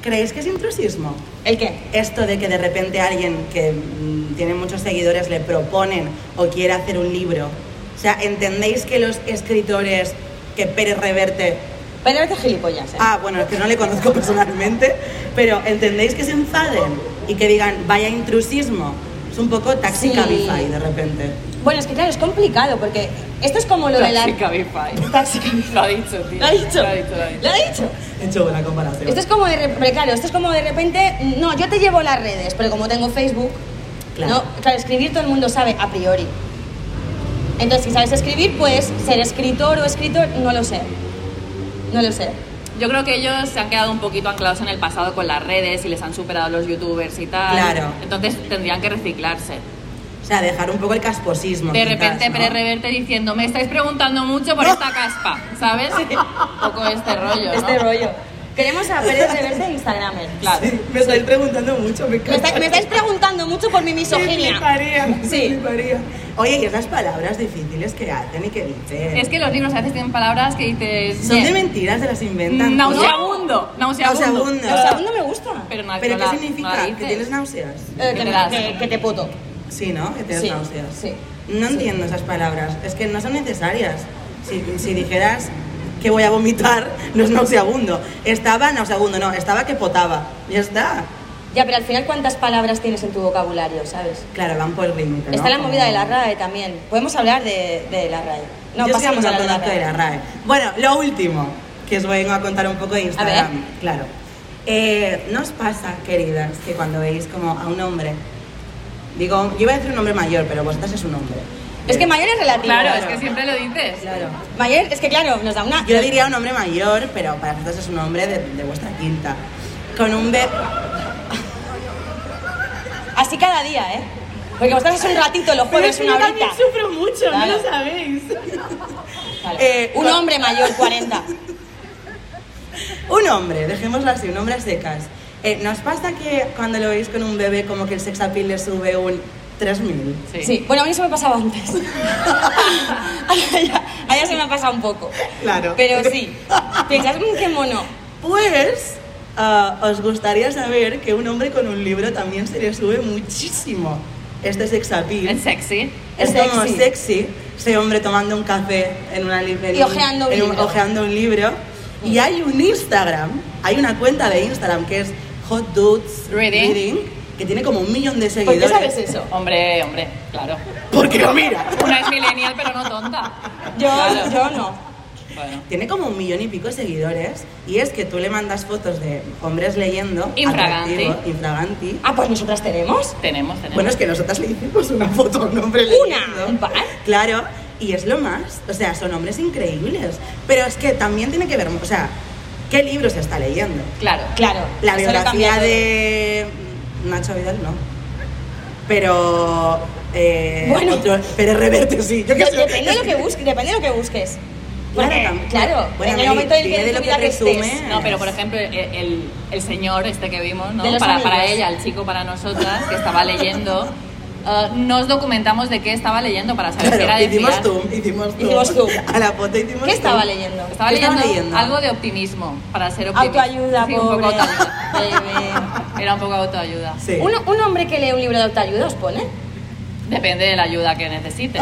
[SPEAKER 4] ¿Creéis que es intrusismo?
[SPEAKER 2] ¿El qué?
[SPEAKER 4] Esto de que de repente alguien que mm, tiene muchos seguidores le proponen o quiere hacer un libro. O sea, ¿entendéis que los escritores que Pérez Reverte...
[SPEAKER 2] Pero vete gilipollas, ¿eh?
[SPEAKER 4] Ah, bueno, es que no le conozco personalmente, pero ¿entendéis que se enfaden y que digan, vaya intrusismo? Es un poco taxi
[SPEAKER 2] Sí.
[SPEAKER 4] Cabify de repente.
[SPEAKER 2] Bueno, es que claro, es complicado porque esto es como lo de la...
[SPEAKER 3] Taxi Cabify. Lo ha dicho, tío.
[SPEAKER 2] Lo ha dicho.
[SPEAKER 3] Lo ha dicho, lo ha dicho.
[SPEAKER 2] Lo ha dicho.
[SPEAKER 4] He hecho buena comparación.
[SPEAKER 2] Esto es como de, re- pero claro, esto es como de repente, no, yo te llevo las redes, pero como tengo Facebook,
[SPEAKER 4] Claro.
[SPEAKER 2] no, claro, escribir todo el mundo sabe a priori. Entonces, si sabes escribir, pues ser escritor o escritor, no lo sé. No lo sé.
[SPEAKER 3] Yo creo que ellos se han quedado un poquito anclados en el pasado con las redes y les han superado los youtubers y tal.
[SPEAKER 4] Claro.
[SPEAKER 3] Entonces tendrían que reciclarse.
[SPEAKER 4] O sea, dejar un poco el casposismo.
[SPEAKER 3] De
[SPEAKER 4] quizás,
[SPEAKER 3] repente,
[SPEAKER 4] ¿no?
[SPEAKER 3] Pere Reverte diciendo, me estáis preguntando mucho por esta caspa, ¿sabes? Un poco este rollo, ¿no?
[SPEAKER 2] Este rollo. Queremos a Pérez Reverte Instagramer.
[SPEAKER 3] Claro.
[SPEAKER 4] Sí, me estáis preguntando mucho, me
[SPEAKER 2] Me,
[SPEAKER 4] encanta.
[SPEAKER 2] está- me estáis preguntando mucho por mi
[SPEAKER 4] Me
[SPEAKER 2] misoginia.
[SPEAKER 4] fliparía, me
[SPEAKER 2] Sí.
[SPEAKER 4] fliparía. Oye, y esas palabras difíciles que hacen y que dicen.
[SPEAKER 3] Es que los libros a veces tienen palabras que dices...
[SPEAKER 4] Son de
[SPEAKER 3] "Bien,
[SPEAKER 4] mentiras, se las
[SPEAKER 2] Mm,
[SPEAKER 4] inventan.
[SPEAKER 3] Nauseabundo. Nauseabundo.
[SPEAKER 4] Nauseabundo.
[SPEAKER 2] O sea, aún no me gusta.
[SPEAKER 3] Pero, no,
[SPEAKER 4] ¿Pero
[SPEAKER 3] no
[SPEAKER 4] qué
[SPEAKER 3] la- no la
[SPEAKER 4] significa? ¿Que
[SPEAKER 3] dices.
[SPEAKER 4] tienes náuseas?
[SPEAKER 2] Eh,
[SPEAKER 3] ¿Qué
[SPEAKER 2] que,
[SPEAKER 3] te
[SPEAKER 2] me-
[SPEAKER 3] das?
[SPEAKER 2] que- que te puto.
[SPEAKER 4] Sí, ¿no? Que tienes
[SPEAKER 2] Sí,
[SPEAKER 4] náuseas.
[SPEAKER 2] sí.
[SPEAKER 4] No entiendo esas palabras. Es que no son necesarias. Si, si dijeras que voy a vomitar, no es nauseabundo. Estaba nauseabundo, no, estaba que potaba. Ya está.
[SPEAKER 2] Ya, pero al final, ¿cuántas palabras tienes en tu vocabulario, sabes?
[SPEAKER 4] Claro, van por el límite. ¿no?
[SPEAKER 2] Está la
[SPEAKER 4] Como-
[SPEAKER 2] movida de la RAE también. Podemos hablar de, de la RAE.
[SPEAKER 4] No,
[SPEAKER 2] pasamos
[SPEAKER 4] pasamos al
[SPEAKER 2] hablar
[SPEAKER 4] contacto de la RAE. Bueno, lo último que os vengo a contar un poco de Instagram.
[SPEAKER 2] ver.
[SPEAKER 4] Claro. Eh, ¿No os pasa, queridas, que cuando veis como a un hombre, digo, yo iba a decir un hombre mayor, pero vosotras es un hombre. Eh,
[SPEAKER 2] Es que mayor es relativo.
[SPEAKER 3] Claro, es que siempre lo dices.
[SPEAKER 4] Claro.
[SPEAKER 2] Mayor, es que claro, nos da una...
[SPEAKER 4] Yo diría un hombre mayor, pero para vosotras es un hombre de, de vuestra quinta. Con un bebé.
[SPEAKER 2] Así cada día, ¿eh? Porque vosotras es un ratito, los jueves una horita.
[SPEAKER 4] sufro mucho,
[SPEAKER 2] no Claro. lo
[SPEAKER 4] sabéis.
[SPEAKER 2] Vale.
[SPEAKER 4] Eh,
[SPEAKER 2] un
[SPEAKER 4] con-
[SPEAKER 2] hombre mayor, 40.
[SPEAKER 4] Un hombre, dejémoslo así, un hombre a secas. Eh, ¿Nos pasa que cuando lo veis con un bebé, como que el sex appeal le sube un 3000?
[SPEAKER 2] Sí. Bueno, a mí eso me pasaba antes. a, ella, a ella se me ha pasado un poco.
[SPEAKER 4] Claro.
[SPEAKER 2] Pero sí. Piensas, "Mm, qué mono.
[SPEAKER 4] Pues ah, os gustaría saber que un hombre con un libro también se le sube muchísimo este sex
[SPEAKER 3] Es
[SPEAKER 4] appeal.
[SPEAKER 3] sexy.
[SPEAKER 4] Es
[SPEAKER 2] sexy.
[SPEAKER 4] como sexy ese hombre tomando un café en una librería.
[SPEAKER 2] Y hojeando un libro.
[SPEAKER 4] Ojeando un libro. Y hay un Instagram, hay una cuenta de Instagram que es Hot Dudes
[SPEAKER 3] Reading.
[SPEAKER 4] que tiene como un millón de
[SPEAKER 2] ¿Por qué
[SPEAKER 4] seguidores.
[SPEAKER 2] sabes eso?
[SPEAKER 3] Hombre, hombre, claro.
[SPEAKER 4] Porque lo mira.
[SPEAKER 3] Una es millennial, pero no tonta.
[SPEAKER 2] Yo,
[SPEAKER 3] Claro.
[SPEAKER 2] yo no.
[SPEAKER 3] Bueno.
[SPEAKER 4] Tiene como un millón y pico de seguidores y es que tú le mandas fotos de hombres leyendo.
[SPEAKER 3] Infraganti.
[SPEAKER 4] atractivo, Infraganti.
[SPEAKER 2] Ah, pues nosotras tenemos.
[SPEAKER 3] Tenemos, tenemos.
[SPEAKER 4] Bueno, es que nosotras le hicimos una foto a un hombre
[SPEAKER 2] Una,
[SPEAKER 4] leyendo.
[SPEAKER 2] un par.
[SPEAKER 4] Claro, y es lo más. O sea, son hombres increíbles. Pero es que también tiene que ver, o sea, ¿qué libro se está leyendo?
[SPEAKER 3] Claro.
[SPEAKER 2] Claro.
[SPEAKER 4] La
[SPEAKER 2] eso lo
[SPEAKER 4] biografía
[SPEAKER 2] cambia todo.
[SPEAKER 4] de Nacho Vidal no. Pero eh,
[SPEAKER 2] Bueno.
[SPEAKER 4] otro- pero reverte sí. Yo qué
[SPEAKER 2] Yo-
[SPEAKER 4] sé.
[SPEAKER 2] depende de lo que busques, depende de lo que busques. Porque,
[SPEAKER 4] tam-
[SPEAKER 2] claro,
[SPEAKER 4] Bueno,
[SPEAKER 2] en el
[SPEAKER 4] Meli,
[SPEAKER 2] momento en el
[SPEAKER 4] dime
[SPEAKER 2] que de
[SPEAKER 4] de
[SPEAKER 2] tu
[SPEAKER 4] lo
[SPEAKER 2] vida que
[SPEAKER 4] presumes.
[SPEAKER 2] estés.
[SPEAKER 3] No, pero por ejemplo, el, el- el señor este que vimos, ¿no?
[SPEAKER 2] De los
[SPEAKER 3] Para, para
[SPEAKER 2] amigos.
[SPEAKER 3] ella, el chico para nosotras, que estaba leyendo, eh, nos documentamos de qué estaba leyendo para saber si era
[SPEAKER 4] Claro,
[SPEAKER 3] de
[SPEAKER 4] hicimos
[SPEAKER 3] fiar.
[SPEAKER 4] tú, hicimos tú.
[SPEAKER 2] ¿eh? Hicimos zoom.
[SPEAKER 4] A la foto hicimos
[SPEAKER 2] ¿Qué estaba
[SPEAKER 4] zoom.
[SPEAKER 2] leyendo?
[SPEAKER 3] Estaba
[SPEAKER 4] ¿Qué estaba
[SPEAKER 3] leyendo,
[SPEAKER 4] leyendo?
[SPEAKER 3] algo de optimismo, para ser optimista.
[SPEAKER 2] Autoayuda,
[SPEAKER 3] Sí, un poco
[SPEAKER 2] pobre.
[SPEAKER 3] autoayuda.
[SPEAKER 2] Baby.
[SPEAKER 3] Era un poco autoayuda.
[SPEAKER 4] Sí.
[SPEAKER 2] ¿Un, un hombre que lee un libro de autoayuda os pone?
[SPEAKER 3] Depende de la ayuda que necesites.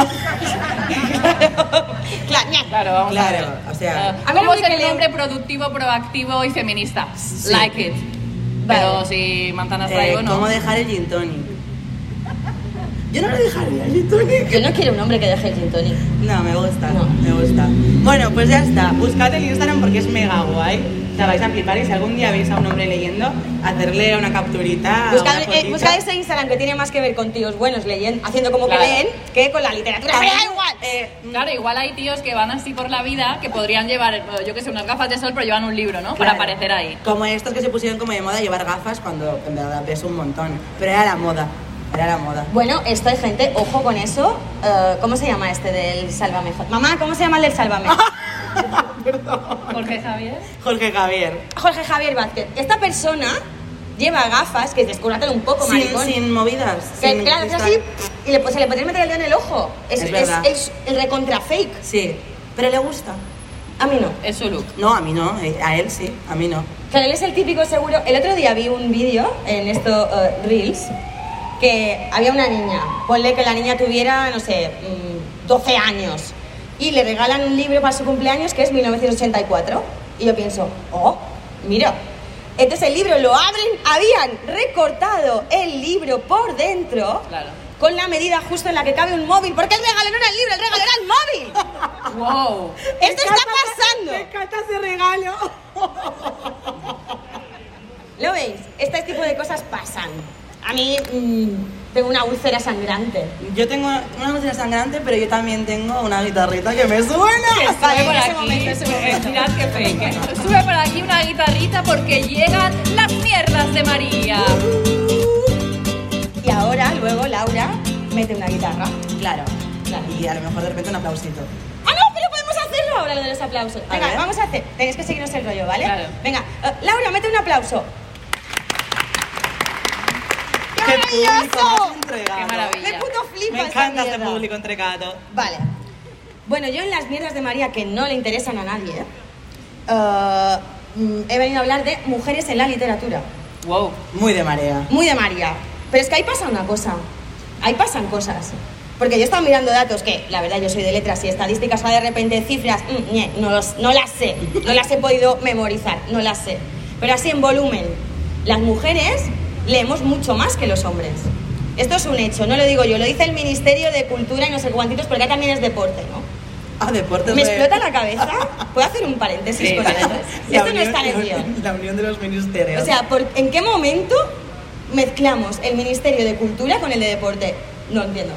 [SPEAKER 2] Claro, ña.
[SPEAKER 3] Claro, vamos
[SPEAKER 4] Claro,
[SPEAKER 3] a ver.
[SPEAKER 4] o sea-
[SPEAKER 3] Eh,
[SPEAKER 2] A mí lo
[SPEAKER 3] ¿Cómo
[SPEAKER 2] que
[SPEAKER 3] ser un
[SPEAKER 2] creo-
[SPEAKER 3] hombre productivo, proactivo y feminista?
[SPEAKER 4] Sí.
[SPEAKER 3] Like it.
[SPEAKER 2] Vale.
[SPEAKER 3] Pero si manzanas
[SPEAKER 4] Eh,
[SPEAKER 3] traigo, no.
[SPEAKER 4] ¿Cómo dejar el gin tonic? Yo no lo dejaría el gin tonic.
[SPEAKER 2] Yo no quiero un hombre que deje el gin tonic.
[SPEAKER 4] No, me gusta,
[SPEAKER 2] No.
[SPEAKER 4] me gusta. Bueno, pues ya está. Buscad el Instagram porque es mega guay. O sea, vais a flipar y si algún día veis a un hombre leyendo, hacerle una capturita.
[SPEAKER 2] Buscad,
[SPEAKER 4] Ah, una
[SPEAKER 2] eh,
[SPEAKER 4] fotita.
[SPEAKER 2] buscad ese Instagram que tiene más que ver con tíos buenos leyendo, haciendo como
[SPEAKER 3] Claro.
[SPEAKER 2] que leen, que con la literatura. Me da igual.
[SPEAKER 4] Eh,
[SPEAKER 3] Claro, igual hay tíos que van así por la vida que podrían llevar, eh, yo que sé, unas gafas de sol, pero llevan un libro, ¿no? Para
[SPEAKER 4] claro.
[SPEAKER 3] aparecer ahí.
[SPEAKER 4] Como estos que se pusieron como de moda llevar gafas cuando en verdad peso un montón. Pero era la moda. Era la moda.
[SPEAKER 2] Bueno, esto hay gente, ojo con eso. eh, ¿Cómo se llama este del Sálvame? Mamá, ¿cómo se llama el del Sálvame?
[SPEAKER 3] ¿Por qué, Javier?
[SPEAKER 4] Jorge Javier.
[SPEAKER 2] Jorge Javier Vázquez. Esta persona lleva gafas, que es descúratelo un poco,
[SPEAKER 4] Sin,
[SPEAKER 2] maricón.
[SPEAKER 4] sin movidas.
[SPEAKER 2] Que,
[SPEAKER 4] sin
[SPEAKER 2] claro, es
[SPEAKER 4] cristal.
[SPEAKER 2] así, y le, pues, se le podría meter el dedo en el ojo. Es,
[SPEAKER 4] Es
[SPEAKER 2] es,
[SPEAKER 4] verdad.
[SPEAKER 2] es el recontra fake.
[SPEAKER 4] Sí, pero le gusta.
[SPEAKER 2] A mí no.
[SPEAKER 3] Es su look.
[SPEAKER 4] No, a mí no, eh, a él sí, a mí no.
[SPEAKER 2] Claro, él es el típico seguro. El otro día vi un vídeo en esto, eh, Reels, que había una niña. Ponle que la niña tuviera, no sé, mm, 12 años. Y le regalan un libro para su cumpleaños que es 1984. Y yo pienso, oh, mira. Entonces el libro lo abren, habían recortado el libro por dentro.
[SPEAKER 3] Claro.
[SPEAKER 2] Con la medida justo en la que cabe un móvil, porque el regalo no era el libro, el regalo era el móvil.
[SPEAKER 3] ¡Wow!
[SPEAKER 2] Esto está pasando.
[SPEAKER 4] encanta ese regalo.
[SPEAKER 2] ¿Lo veis? Este tipo de cosas pasan. A mí mm, tengo una úlcera sangrante.
[SPEAKER 4] Yo tengo una cocina sangrante, pero yo también tengo una guitarrita que me suena.
[SPEAKER 2] Vale,
[SPEAKER 3] Sube por
[SPEAKER 2] en ese
[SPEAKER 3] aquí.
[SPEAKER 2] momento, en ese momento.
[SPEAKER 3] Mirad qué fake, ¿eh? Sube por aquí una guitarrita porque llegan las mierdas de María.
[SPEAKER 2] Y ahora, luego, Laura mete una guitarra.
[SPEAKER 4] Claro.
[SPEAKER 2] Claro.
[SPEAKER 4] Y a lo mejor de repente un aplausito.
[SPEAKER 2] ¡Ah, no! Pero podemos hacerlo ahora, lo de los aplausos.
[SPEAKER 4] A
[SPEAKER 2] Venga,
[SPEAKER 4] ver.
[SPEAKER 2] vamos a hacer. Tenéis que seguirnos el rollo, ¿vale?
[SPEAKER 3] Claro.
[SPEAKER 2] Venga, eh, Laura, mete un aplauso. ¡Qué
[SPEAKER 4] ¡Qué público más
[SPEAKER 2] maravilloso!
[SPEAKER 4] entregado!
[SPEAKER 3] Qué maravilla.
[SPEAKER 2] Me puto flipa
[SPEAKER 4] Me
[SPEAKER 2] esta
[SPEAKER 4] encanta este
[SPEAKER 2] mierda.
[SPEAKER 4] público entregado.
[SPEAKER 2] Vale. Bueno, yo en las mierdas de María que no le interesan a nadie, eh, mm, he venido a hablar de mujeres en la literatura.
[SPEAKER 3] ¡Wow!
[SPEAKER 4] Muy de marea.
[SPEAKER 2] Muy de María. Pero es que ahí pasa una cosa. Ahí pasan cosas. Porque yo estaba mirando datos que, la verdad, yo soy de letras y estadísticas, o de repente cifras, mm, ñe, no, los- no las sé. No las he podido memorizar, no las sé. Pero así en volumen, las mujeres leemos mucho más que los hombres. Esto es un hecho, no lo digo yo, lo dice el Ministerio de Cultura y no sé cuántitos, porque acá también es deporte, ¿no?
[SPEAKER 4] Ah, deportes
[SPEAKER 2] Me
[SPEAKER 4] de-
[SPEAKER 2] explota la cabeza. ¿Puedo hacer un paréntesis
[SPEAKER 3] Sí,
[SPEAKER 2] con esto?
[SPEAKER 3] paréntesis.
[SPEAKER 4] La
[SPEAKER 2] Esto no
[SPEAKER 4] unión-
[SPEAKER 2] está en el
[SPEAKER 4] la
[SPEAKER 2] guión.
[SPEAKER 4] unión- La unión de los ministerios.
[SPEAKER 2] O sea, ¿por- ¿en qué momento mezclamos el Ministerio de Cultura con el de Deporte? No entiendo.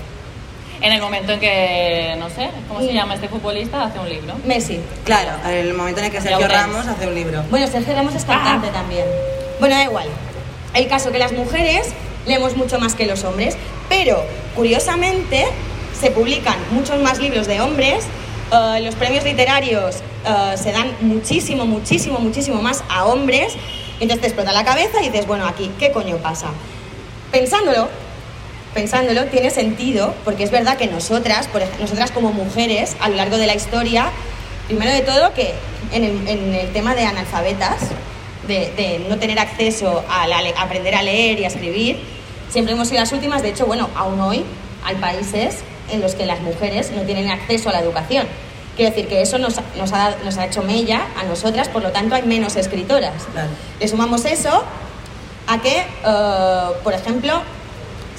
[SPEAKER 3] En el momento en que, no sé, ¿cómo se
[SPEAKER 2] Mm.
[SPEAKER 3] llama este futbolista? Hace un libro.
[SPEAKER 2] Messi.
[SPEAKER 4] claro, en el momento en el que Sergio
[SPEAKER 3] Laurens.
[SPEAKER 4] Ramos hace un libro.
[SPEAKER 2] Bueno, Sergio Ramos es cantante también. Bueno, da igual. El caso que las mujeres leemos mucho más que los hombres, pero curiosamente se publican muchos más libros de hombres. eh, los premios literarios eh, se dan muchísimo, muchísimo, muchísimo más a hombres. Entonces te explota la cabeza y dices, bueno, aquí, ¿qué coño pasa? Pensándolo, pensándolo, tiene sentido, porque es verdad que nosotras, por ej- nosotras como mujeres, a lo largo de la historia, primero de todo que en el, en el tema de analfabetas, de, de no tener acceso a, la le- a aprender a leer y a escribir, siempre hemos sido las últimas. De hecho, bueno, aún hoy hay países en los que las mujeres no tienen acceso a la educación. Quiero decir que eso nos, ha- nos ha, dado- nos ha hecho mella a nosotras, por lo tanto hay menos escritoras.
[SPEAKER 4] Claro.
[SPEAKER 2] Le sumamos eso a que, eh, por ejemplo,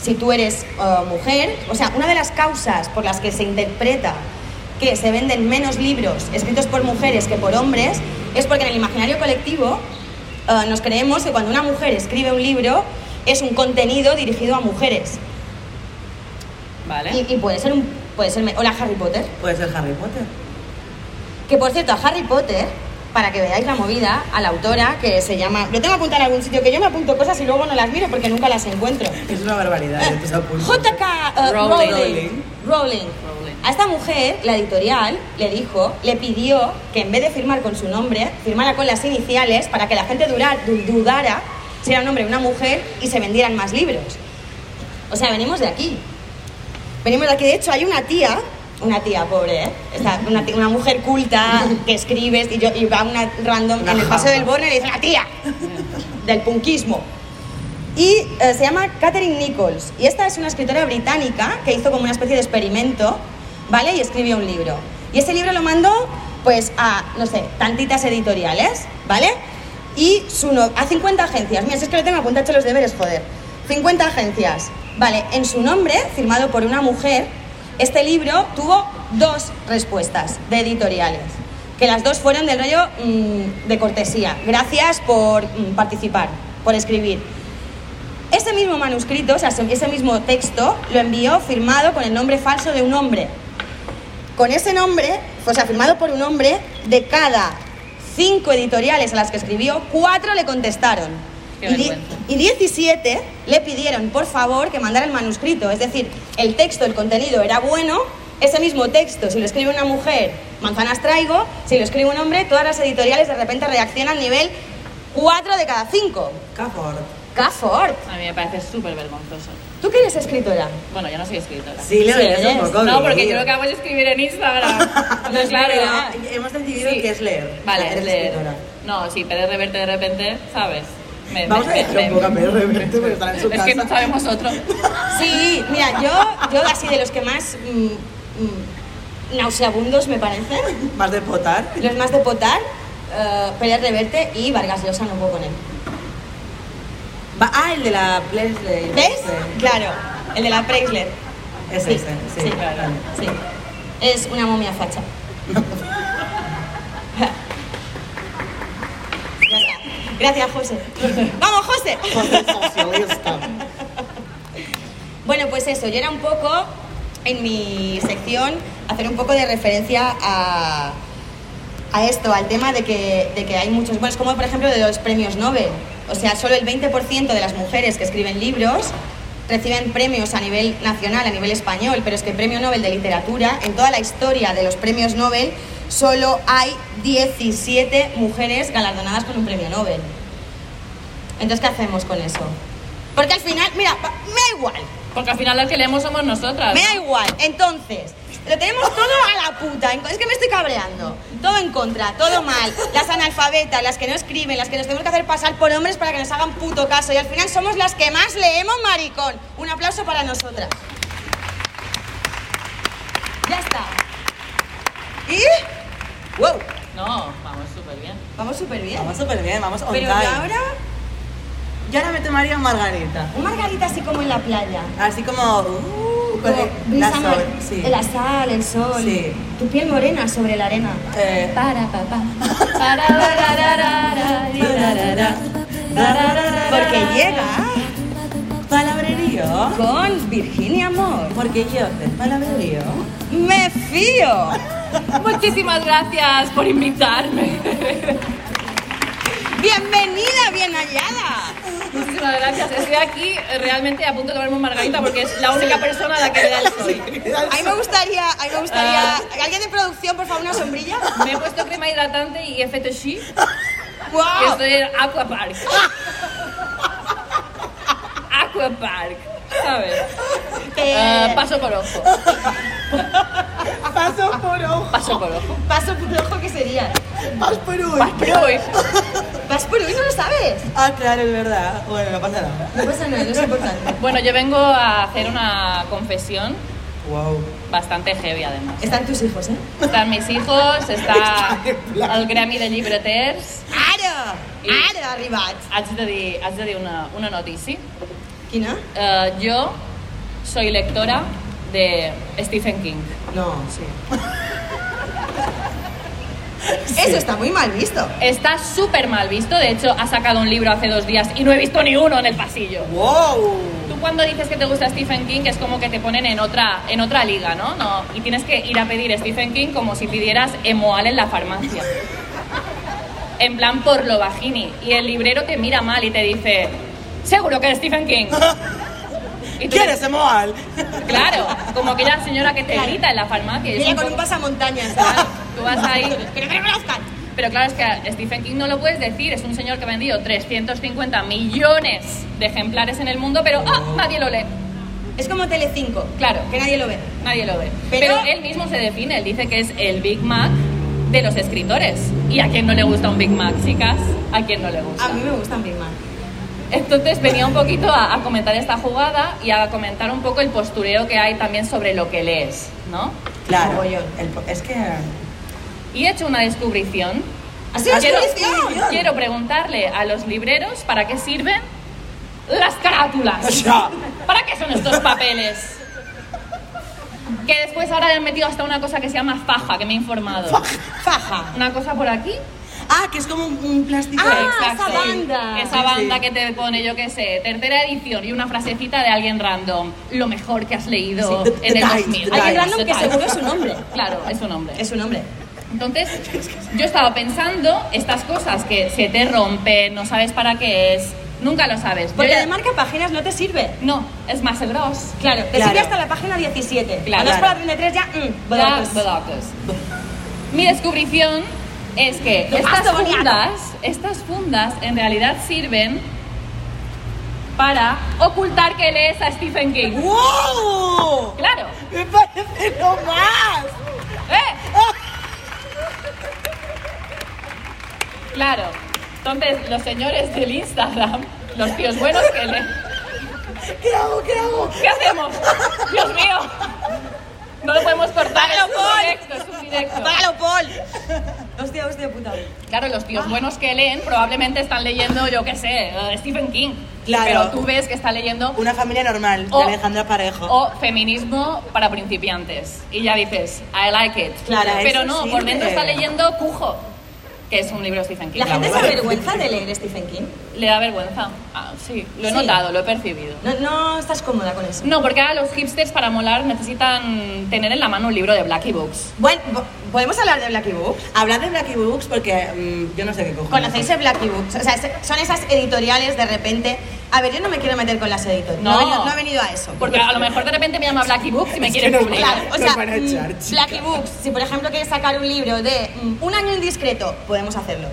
[SPEAKER 2] si tú eres eh, mujer, o sea, una de las causas por las que se interpreta que se venden menos libros escritos por mujeres que por hombres es porque en el imaginario colectivo eh, nos creemos que cuando una mujer escribe un libro es un contenido dirigido a mujeres.
[SPEAKER 3] ¿Vale?
[SPEAKER 2] Y, y puede ser un... Puede ser... me- Hola, Harry Potter.
[SPEAKER 4] Puede ser Harry Potter.
[SPEAKER 2] Que por cierto, a Harry Potter, para que veáis la movida, a la autora que se llama. Lo tengo apuntado en algún sitio, que yo me apunto cosas y luego no las miro porque nunca las encuentro.
[SPEAKER 4] Es una barbaridad. yo te apunto.
[SPEAKER 2] JK eh,
[SPEAKER 3] Rowling.
[SPEAKER 2] Rowling. Rowling.
[SPEAKER 3] Rowling.
[SPEAKER 2] A esta mujer, la editorial le dijo, le pidió que en vez de firmar con su nombre, firmara con las iniciales para que la gente dura- du- dudara si era un hombre o una mujer y se vendieran más libros. O sea, venimos de aquí. Venimos de aquí. De hecho, hay una tía, una tía pobre, ¿eh? O sea, una, ti- una mujer culta que escribes y, yo, y va una random
[SPEAKER 4] Una
[SPEAKER 2] en el paseo
[SPEAKER 4] japa.
[SPEAKER 2] del Borne y le dice, la tía del punkismo. Y eh, se llama Catherine Nichols. Y esta es una escritora británica que hizo como una especie de experimento, ¿vale? Y escribió un libro. Y ese libro lo mandó, pues, a, no sé, tantitas editoriales, ¿vale? Y su no- a 50 agencias. Mira, si es que lo tengo apuntado he hecho los deberes, joder. 50 agencias. Vale, en su nombre, firmado por una mujer, este libro tuvo dos respuestas de editoriales. Que las dos fueron del rollo mm, de cortesía. Gracias por mm, participar, por escribir. Ese mismo manuscrito, o sea, ese ese mismo texto, lo envió firmado con el nombre falso de un hombre. Con ese nombre, o sea, firmado por un hombre, de cada cinco editoriales a las que escribió, cuatro le contestaron.
[SPEAKER 3] Qué
[SPEAKER 2] y, di-
[SPEAKER 3] vergüenza.
[SPEAKER 2] y 17 le pidieron, por favor, que mandara el manuscrito. Es decir, el texto, el contenido era bueno. Ese mismo texto, si lo escribe una mujer, manzanas traigo. Si lo escribe un hombre, todas las editoriales de repente reaccionan nivel 4 de cada 5.
[SPEAKER 4] Caford.
[SPEAKER 2] Cafort,
[SPEAKER 3] A mí me parece súper vergonzoso.
[SPEAKER 2] ¿tú que eres escritora?
[SPEAKER 3] Bueno, yo no soy escritora.
[SPEAKER 4] Sí, Leo,
[SPEAKER 2] Sí,
[SPEAKER 4] eres un
[SPEAKER 2] eres.
[SPEAKER 4] poco
[SPEAKER 3] No, porque
[SPEAKER 4] gay.
[SPEAKER 3] yo lo que hago es escribir en Instagram.
[SPEAKER 4] No,
[SPEAKER 3] Entonces, claro.
[SPEAKER 4] pero hemos decidido
[SPEAKER 3] Sí.
[SPEAKER 4] que es leer.
[SPEAKER 3] Vale,
[SPEAKER 4] O sea,
[SPEAKER 3] es
[SPEAKER 4] eres
[SPEAKER 3] leer.
[SPEAKER 4] escritora.
[SPEAKER 3] No, sí, Pérez Reverte de repente, ¿sabes? Me-
[SPEAKER 4] Vamos
[SPEAKER 3] me-
[SPEAKER 4] a dejar
[SPEAKER 3] me-
[SPEAKER 4] un poco a Pedro Reverte porque estará en su
[SPEAKER 3] Es que no
[SPEAKER 4] casa.
[SPEAKER 3] sabemos otro.
[SPEAKER 2] Sí, mira, yo, yo así de los que más mm, mm, nauseabundos me parecen,
[SPEAKER 4] Más de potar.
[SPEAKER 2] los más de Potar, eh, Pérez Reverte y Vargas Llosa, no puedo con él.
[SPEAKER 4] Va- ah, el de la Plesler.
[SPEAKER 2] ¿Ves? Claro, el de la Preisler.
[SPEAKER 4] Es
[SPEAKER 2] Sí,
[SPEAKER 4] ese, sí.
[SPEAKER 2] sí.
[SPEAKER 4] vale.
[SPEAKER 2] Sí, es una momia facha. Ya está. Gracias, José. ¡Vamos, José!
[SPEAKER 4] José socialista.
[SPEAKER 2] Bueno, pues eso, yo era un poco, en mi sección, hacer un poco de referencia a, a esto, al tema de que, de que hay muchos, bueno, es como por ejemplo de los premios Nobel. O sea, solo el 20% de las mujeres que escriben libros reciben premios a nivel nacional, a nivel español, pero es que el premio Nobel de literatura, en toda la historia de los premios Nobel, solo hay 17 mujeres galardonadas con un premio Nobel. Entonces, ¿qué hacemos con eso? Porque al final, mira, pa- me da igual.
[SPEAKER 3] Porque al final las que leemos somos nosotras.
[SPEAKER 2] Me da igual. Entonces, lo tenemos todo a la puta. En- Es que me estoy cabreando. Todo en contra, todo mal. Las analfabetas, las que no escriben, las que nos tenemos que hacer pasar por hombres para que nos hagan puto caso. Y al final somos las que más leemos, maricón. Un aplauso para nosotras. Ya está. ¿Y? ¡Wow!
[SPEAKER 3] No, vamos súper bien.
[SPEAKER 2] Vamos súper bien.
[SPEAKER 4] Vamos súper bien, vamos on
[SPEAKER 2] Pero ¿y
[SPEAKER 4] time.
[SPEAKER 2] ahora?
[SPEAKER 4] Yo ahora me tomaría un margarita.
[SPEAKER 2] Un margarita así como en la playa.
[SPEAKER 4] Así como... Uh, con
[SPEAKER 2] Como
[SPEAKER 4] el- la
[SPEAKER 2] brisa
[SPEAKER 4] sol.
[SPEAKER 2] mar-
[SPEAKER 4] Sí.
[SPEAKER 2] La sal, el sol.
[SPEAKER 4] Sí.
[SPEAKER 2] Tu piel morena sobre la arena.
[SPEAKER 4] Eh,
[SPEAKER 3] Para papá. Para dararara, y dararara.
[SPEAKER 2] Porque llega
[SPEAKER 4] Palabrerío.
[SPEAKER 2] con Virginia Amor.
[SPEAKER 4] Porque yo del palabrerío...
[SPEAKER 2] ¡Me fío!
[SPEAKER 3] Muchísimas gracias por invitarme.
[SPEAKER 2] ¡Bienvenida, bien hallada!
[SPEAKER 3] Muchísimas gracias. Estoy aquí eh, realmente a punto de tomarme un margarita porque es la única persona a la que le da el sol.
[SPEAKER 2] A mí me gustaría, a mí me gustaría... ¿Alguien de producción, por favor, una sombrilla?
[SPEAKER 3] Me he puesto crema hidratante y FTC. Y
[SPEAKER 2] ¡Wow!
[SPEAKER 3] estoy en Aquapark. Aquapark. ¿Sabes?
[SPEAKER 2] Eh,
[SPEAKER 3] Eh, paso por ojo.
[SPEAKER 4] Paso por ojo.
[SPEAKER 3] Paso por ojo.
[SPEAKER 2] paso por ojo que sería.
[SPEAKER 4] Paso por hoy.
[SPEAKER 3] Uy,
[SPEAKER 2] Vas por hoy, no lo sabes.
[SPEAKER 4] Ah, claro, es verdad. Bueno, no pasa nada.
[SPEAKER 2] No pasa nada, no es importante.
[SPEAKER 3] Bueno, yo vengo a hacer una confesión
[SPEAKER 4] Wow.
[SPEAKER 3] bastante heavy además.
[SPEAKER 2] Están tus hijos, ¿eh?
[SPEAKER 3] Están mis hijos, está
[SPEAKER 4] en plan.
[SPEAKER 3] el Grammy de Llibreters.
[SPEAKER 2] ¡Ara!
[SPEAKER 3] I-
[SPEAKER 2] ¡Ara, arribat!
[SPEAKER 3] Haig de dir, haig de dir una, una notícia.
[SPEAKER 2] ¿Quina?
[SPEAKER 3] Eh, yo soy lectora de Stephen King.
[SPEAKER 2] No, sí. Eso está muy mal visto.
[SPEAKER 3] Está súper mal visto, de hecho ha sacado un libro hace dos días y no he visto ni uno en el pasillo.
[SPEAKER 4] Wow.
[SPEAKER 3] Tú cuando dices que te gusta Stephen King es como que te ponen en otra, en otra liga, ¿no? ¿no? Y tienes que ir a pedir Stephen King como si pidieras Emoal en la farmacia. En plan por lo bajini. Y el librero te mira mal y te dice, seguro que es Stephen King. Y tú
[SPEAKER 4] ¿Quieres emoal?
[SPEAKER 3] te- Claro, como aquella señora que te grita en la farmacia. Y es
[SPEAKER 2] Viene
[SPEAKER 3] un
[SPEAKER 2] con un
[SPEAKER 3] poco-
[SPEAKER 2] pasamontañas.
[SPEAKER 3] Claro, tú vas ahí.
[SPEAKER 2] ¡Que no me conozcan!
[SPEAKER 3] Pero claro, es que a Stephen King no lo puedes decir, es un señor que ha vendido 350 millones de ejemplares en el mundo, pero ¡ah!
[SPEAKER 2] Oh.
[SPEAKER 3] nadie lo lee,
[SPEAKER 2] Es como Telecinco,
[SPEAKER 3] Claro.
[SPEAKER 2] que nadie lo ve.
[SPEAKER 3] nadie lo ve.
[SPEAKER 2] Pero-
[SPEAKER 3] Pero, él mismo se define, él dice que es el Big Mac de los escritores. ¿Y a quién no le gusta un Big Mac, chicas? ¿A quién no le gusta?
[SPEAKER 2] A mí me gustan Big Mac.
[SPEAKER 3] Entonces venía un poquito a, a comentar esta jugada y a comentar un poco el postureo que hay también sobre lo que lees, ¿no?
[SPEAKER 4] Claro.
[SPEAKER 2] Mogollón.
[SPEAKER 4] El po- es que...
[SPEAKER 3] Y he hecho una descubrición.
[SPEAKER 2] Así es,
[SPEAKER 3] quiero,
[SPEAKER 2] Cristian.
[SPEAKER 3] quiero preguntarle a los libreros para qué sirven las
[SPEAKER 4] O
[SPEAKER 3] carátulas.
[SPEAKER 4] sea,
[SPEAKER 3] ¿Para qué son estos papeles? Que después ahora le han metido hasta una cosa que se llama faja, que me he informado.
[SPEAKER 2] Faja.
[SPEAKER 3] Una cosa por aquí.
[SPEAKER 4] Ah, que es como un, un plástico.
[SPEAKER 2] Ah,
[SPEAKER 3] Exacto.
[SPEAKER 2] esa banda.
[SPEAKER 3] Esa
[SPEAKER 4] Sí,
[SPEAKER 3] banda
[SPEAKER 4] sí.
[SPEAKER 3] que te pone, yo qué sé, tercera edición y una frasecita de alguien random. Lo mejor que has leído
[SPEAKER 4] Sí, the-
[SPEAKER 3] en
[SPEAKER 4] the
[SPEAKER 3] el
[SPEAKER 4] times,
[SPEAKER 3] 2000.
[SPEAKER 4] the
[SPEAKER 2] Alguien random que
[SPEAKER 3] Total.
[SPEAKER 2] seguro es su nombre.
[SPEAKER 3] Claro, es un hombre.
[SPEAKER 2] Es un hombre.
[SPEAKER 3] Entonces, yo estaba pensando estas cosas que se te rompen, no sabes para qué es, Nunca lo sabes. Yo
[SPEAKER 2] Porque
[SPEAKER 3] ya-
[SPEAKER 2] de marca páginas no te sirve.
[SPEAKER 3] No, es más el gros.
[SPEAKER 2] Claro, te
[SPEAKER 4] Claro.
[SPEAKER 2] sirve hasta la página 17.
[SPEAKER 3] Claro.
[SPEAKER 2] Cuando es por la 33 ya, mm,
[SPEAKER 3] Ya,
[SPEAKER 2] bodotes.
[SPEAKER 3] bodotes. Mi descubrición es que
[SPEAKER 2] Lo
[SPEAKER 3] estas
[SPEAKER 2] has soboreado.
[SPEAKER 3] fundas, estas fundas en realidad sirven para ocultar que lees a Stephen King.
[SPEAKER 2] Uh.
[SPEAKER 4] ¡Wow!
[SPEAKER 3] Claro.
[SPEAKER 4] ¡Me parece lo más!
[SPEAKER 3] ¡Eh! Claro. Entonces, los señores del Instagram, los tíos buenos que leen.
[SPEAKER 4] ¿Qué hago? ¿Qué hago?
[SPEAKER 3] ¿Qué hacemos? Dios mío. No lo podemos cortar, es un directo, es un directo.
[SPEAKER 2] ¡Págalo, Paul! Hostia, hostia, puta.
[SPEAKER 3] Claro, los tíos buenos que leen probablemente están leyendo, yo qué sé, eh, Stephen King.
[SPEAKER 4] Claro.
[SPEAKER 3] Pero tú ves que está leyendo
[SPEAKER 4] Una familia normal,
[SPEAKER 3] O-
[SPEAKER 4] de Alejandra Parejo.
[SPEAKER 3] o feminismo para principiantes. Y ya dices, I like it.
[SPEAKER 4] Claro,
[SPEAKER 3] Pero
[SPEAKER 4] eso
[SPEAKER 3] no,
[SPEAKER 4] sí
[SPEAKER 3] por dentro
[SPEAKER 4] que-
[SPEAKER 3] está leyendo Cujo, que es un libro de Stephen King. Ah,
[SPEAKER 2] ¿La gente se
[SPEAKER 4] vale.
[SPEAKER 2] avergüenza de leer Stephen King?
[SPEAKER 3] Le da vergüenza. Ah, sí, lo he
[SPEAKER 2] Sí.
[SPEAKER 3] notado, lo he percibido.
[SPEAKER 2] No, no estás cómoda con eso.
[SPEAKER 3] No, porque ahora los hipsters para molar necesitan tener en la mano un libro de Blackie Books.
[SPEAKER 2] Bueno, bo- ¿podemos hablar de Blackie Books?
[SPEAKER 4] Hablad de Blackie Books porque mm, yo no sé qué cojo.
[SPEAKER 2] ¿Conocéis el Blackie Books? O sea, se- son esas editoriales de repente... A ver, yo no me quiero meter con las editoriales. No, ha venido- no ha venido a eso.
[SPEAKER 3] Porque a lo mejor de repente me llama Blackie Books y me quiere
[SPEAKER 4] nos
[SPEAKER 3] publicar.
[SPEAKER 2] Claro, o sea,
[SPEAKER 4] Nos van a echar,
[SPEAKER 2] mm,
[SPEAKER 4] chica.
[SPEAKER 2] Blackie Books, si por ejemplo quieres sacar un libro de mm, un año indiscreto, podemos hacerlo.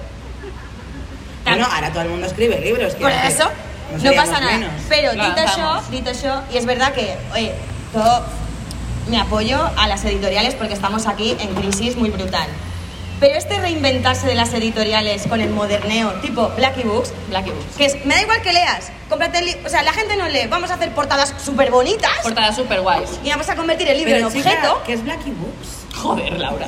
[SPEAKER 4] Bueno, ahora todo el mundo escribe libros.
[SPEAKER 2] Por
[SPEAKER 4] quiero decir,
[SPEAKER 2] eso, no,
[SPEAKER 4] seríamos
[SPEAKER 2] pasa nada.
[SPEAKER 4] menos.
[SPEAKER 2] Pero
[SPEAKER 3] Lo
[SPEAKER 2] Dito Show,
[SPEAKER 3] lanzamos.
[SPEAKER 2] Dito Show, y es verdad que, oye, todo mi apoyo a las editoriales porque estamos aquí en crisis muy brutal. Pero este reinventarse de las editoriales con el moderneo tipo Blackie Books,
[SPEAKER 3] Blackie Books.
[SPEAKER 2] que es, me da igual que leas, cómprate el li- o sea, la gente no lee, vamos a hacer portadas súper bonitas
[SPEAKER 3] Portada super guays.
[SPEAKER 2] y vamos a convertir el libro
[SPEAKER 4] Pero,
[SPEAKER 2] en
[SPEAKER 4] chica,
[SPEAKER 2] objeto.
[SPEAKER 4] ¿Qué es Blackie Books?
[SPEAKER 3] Joder, Laura.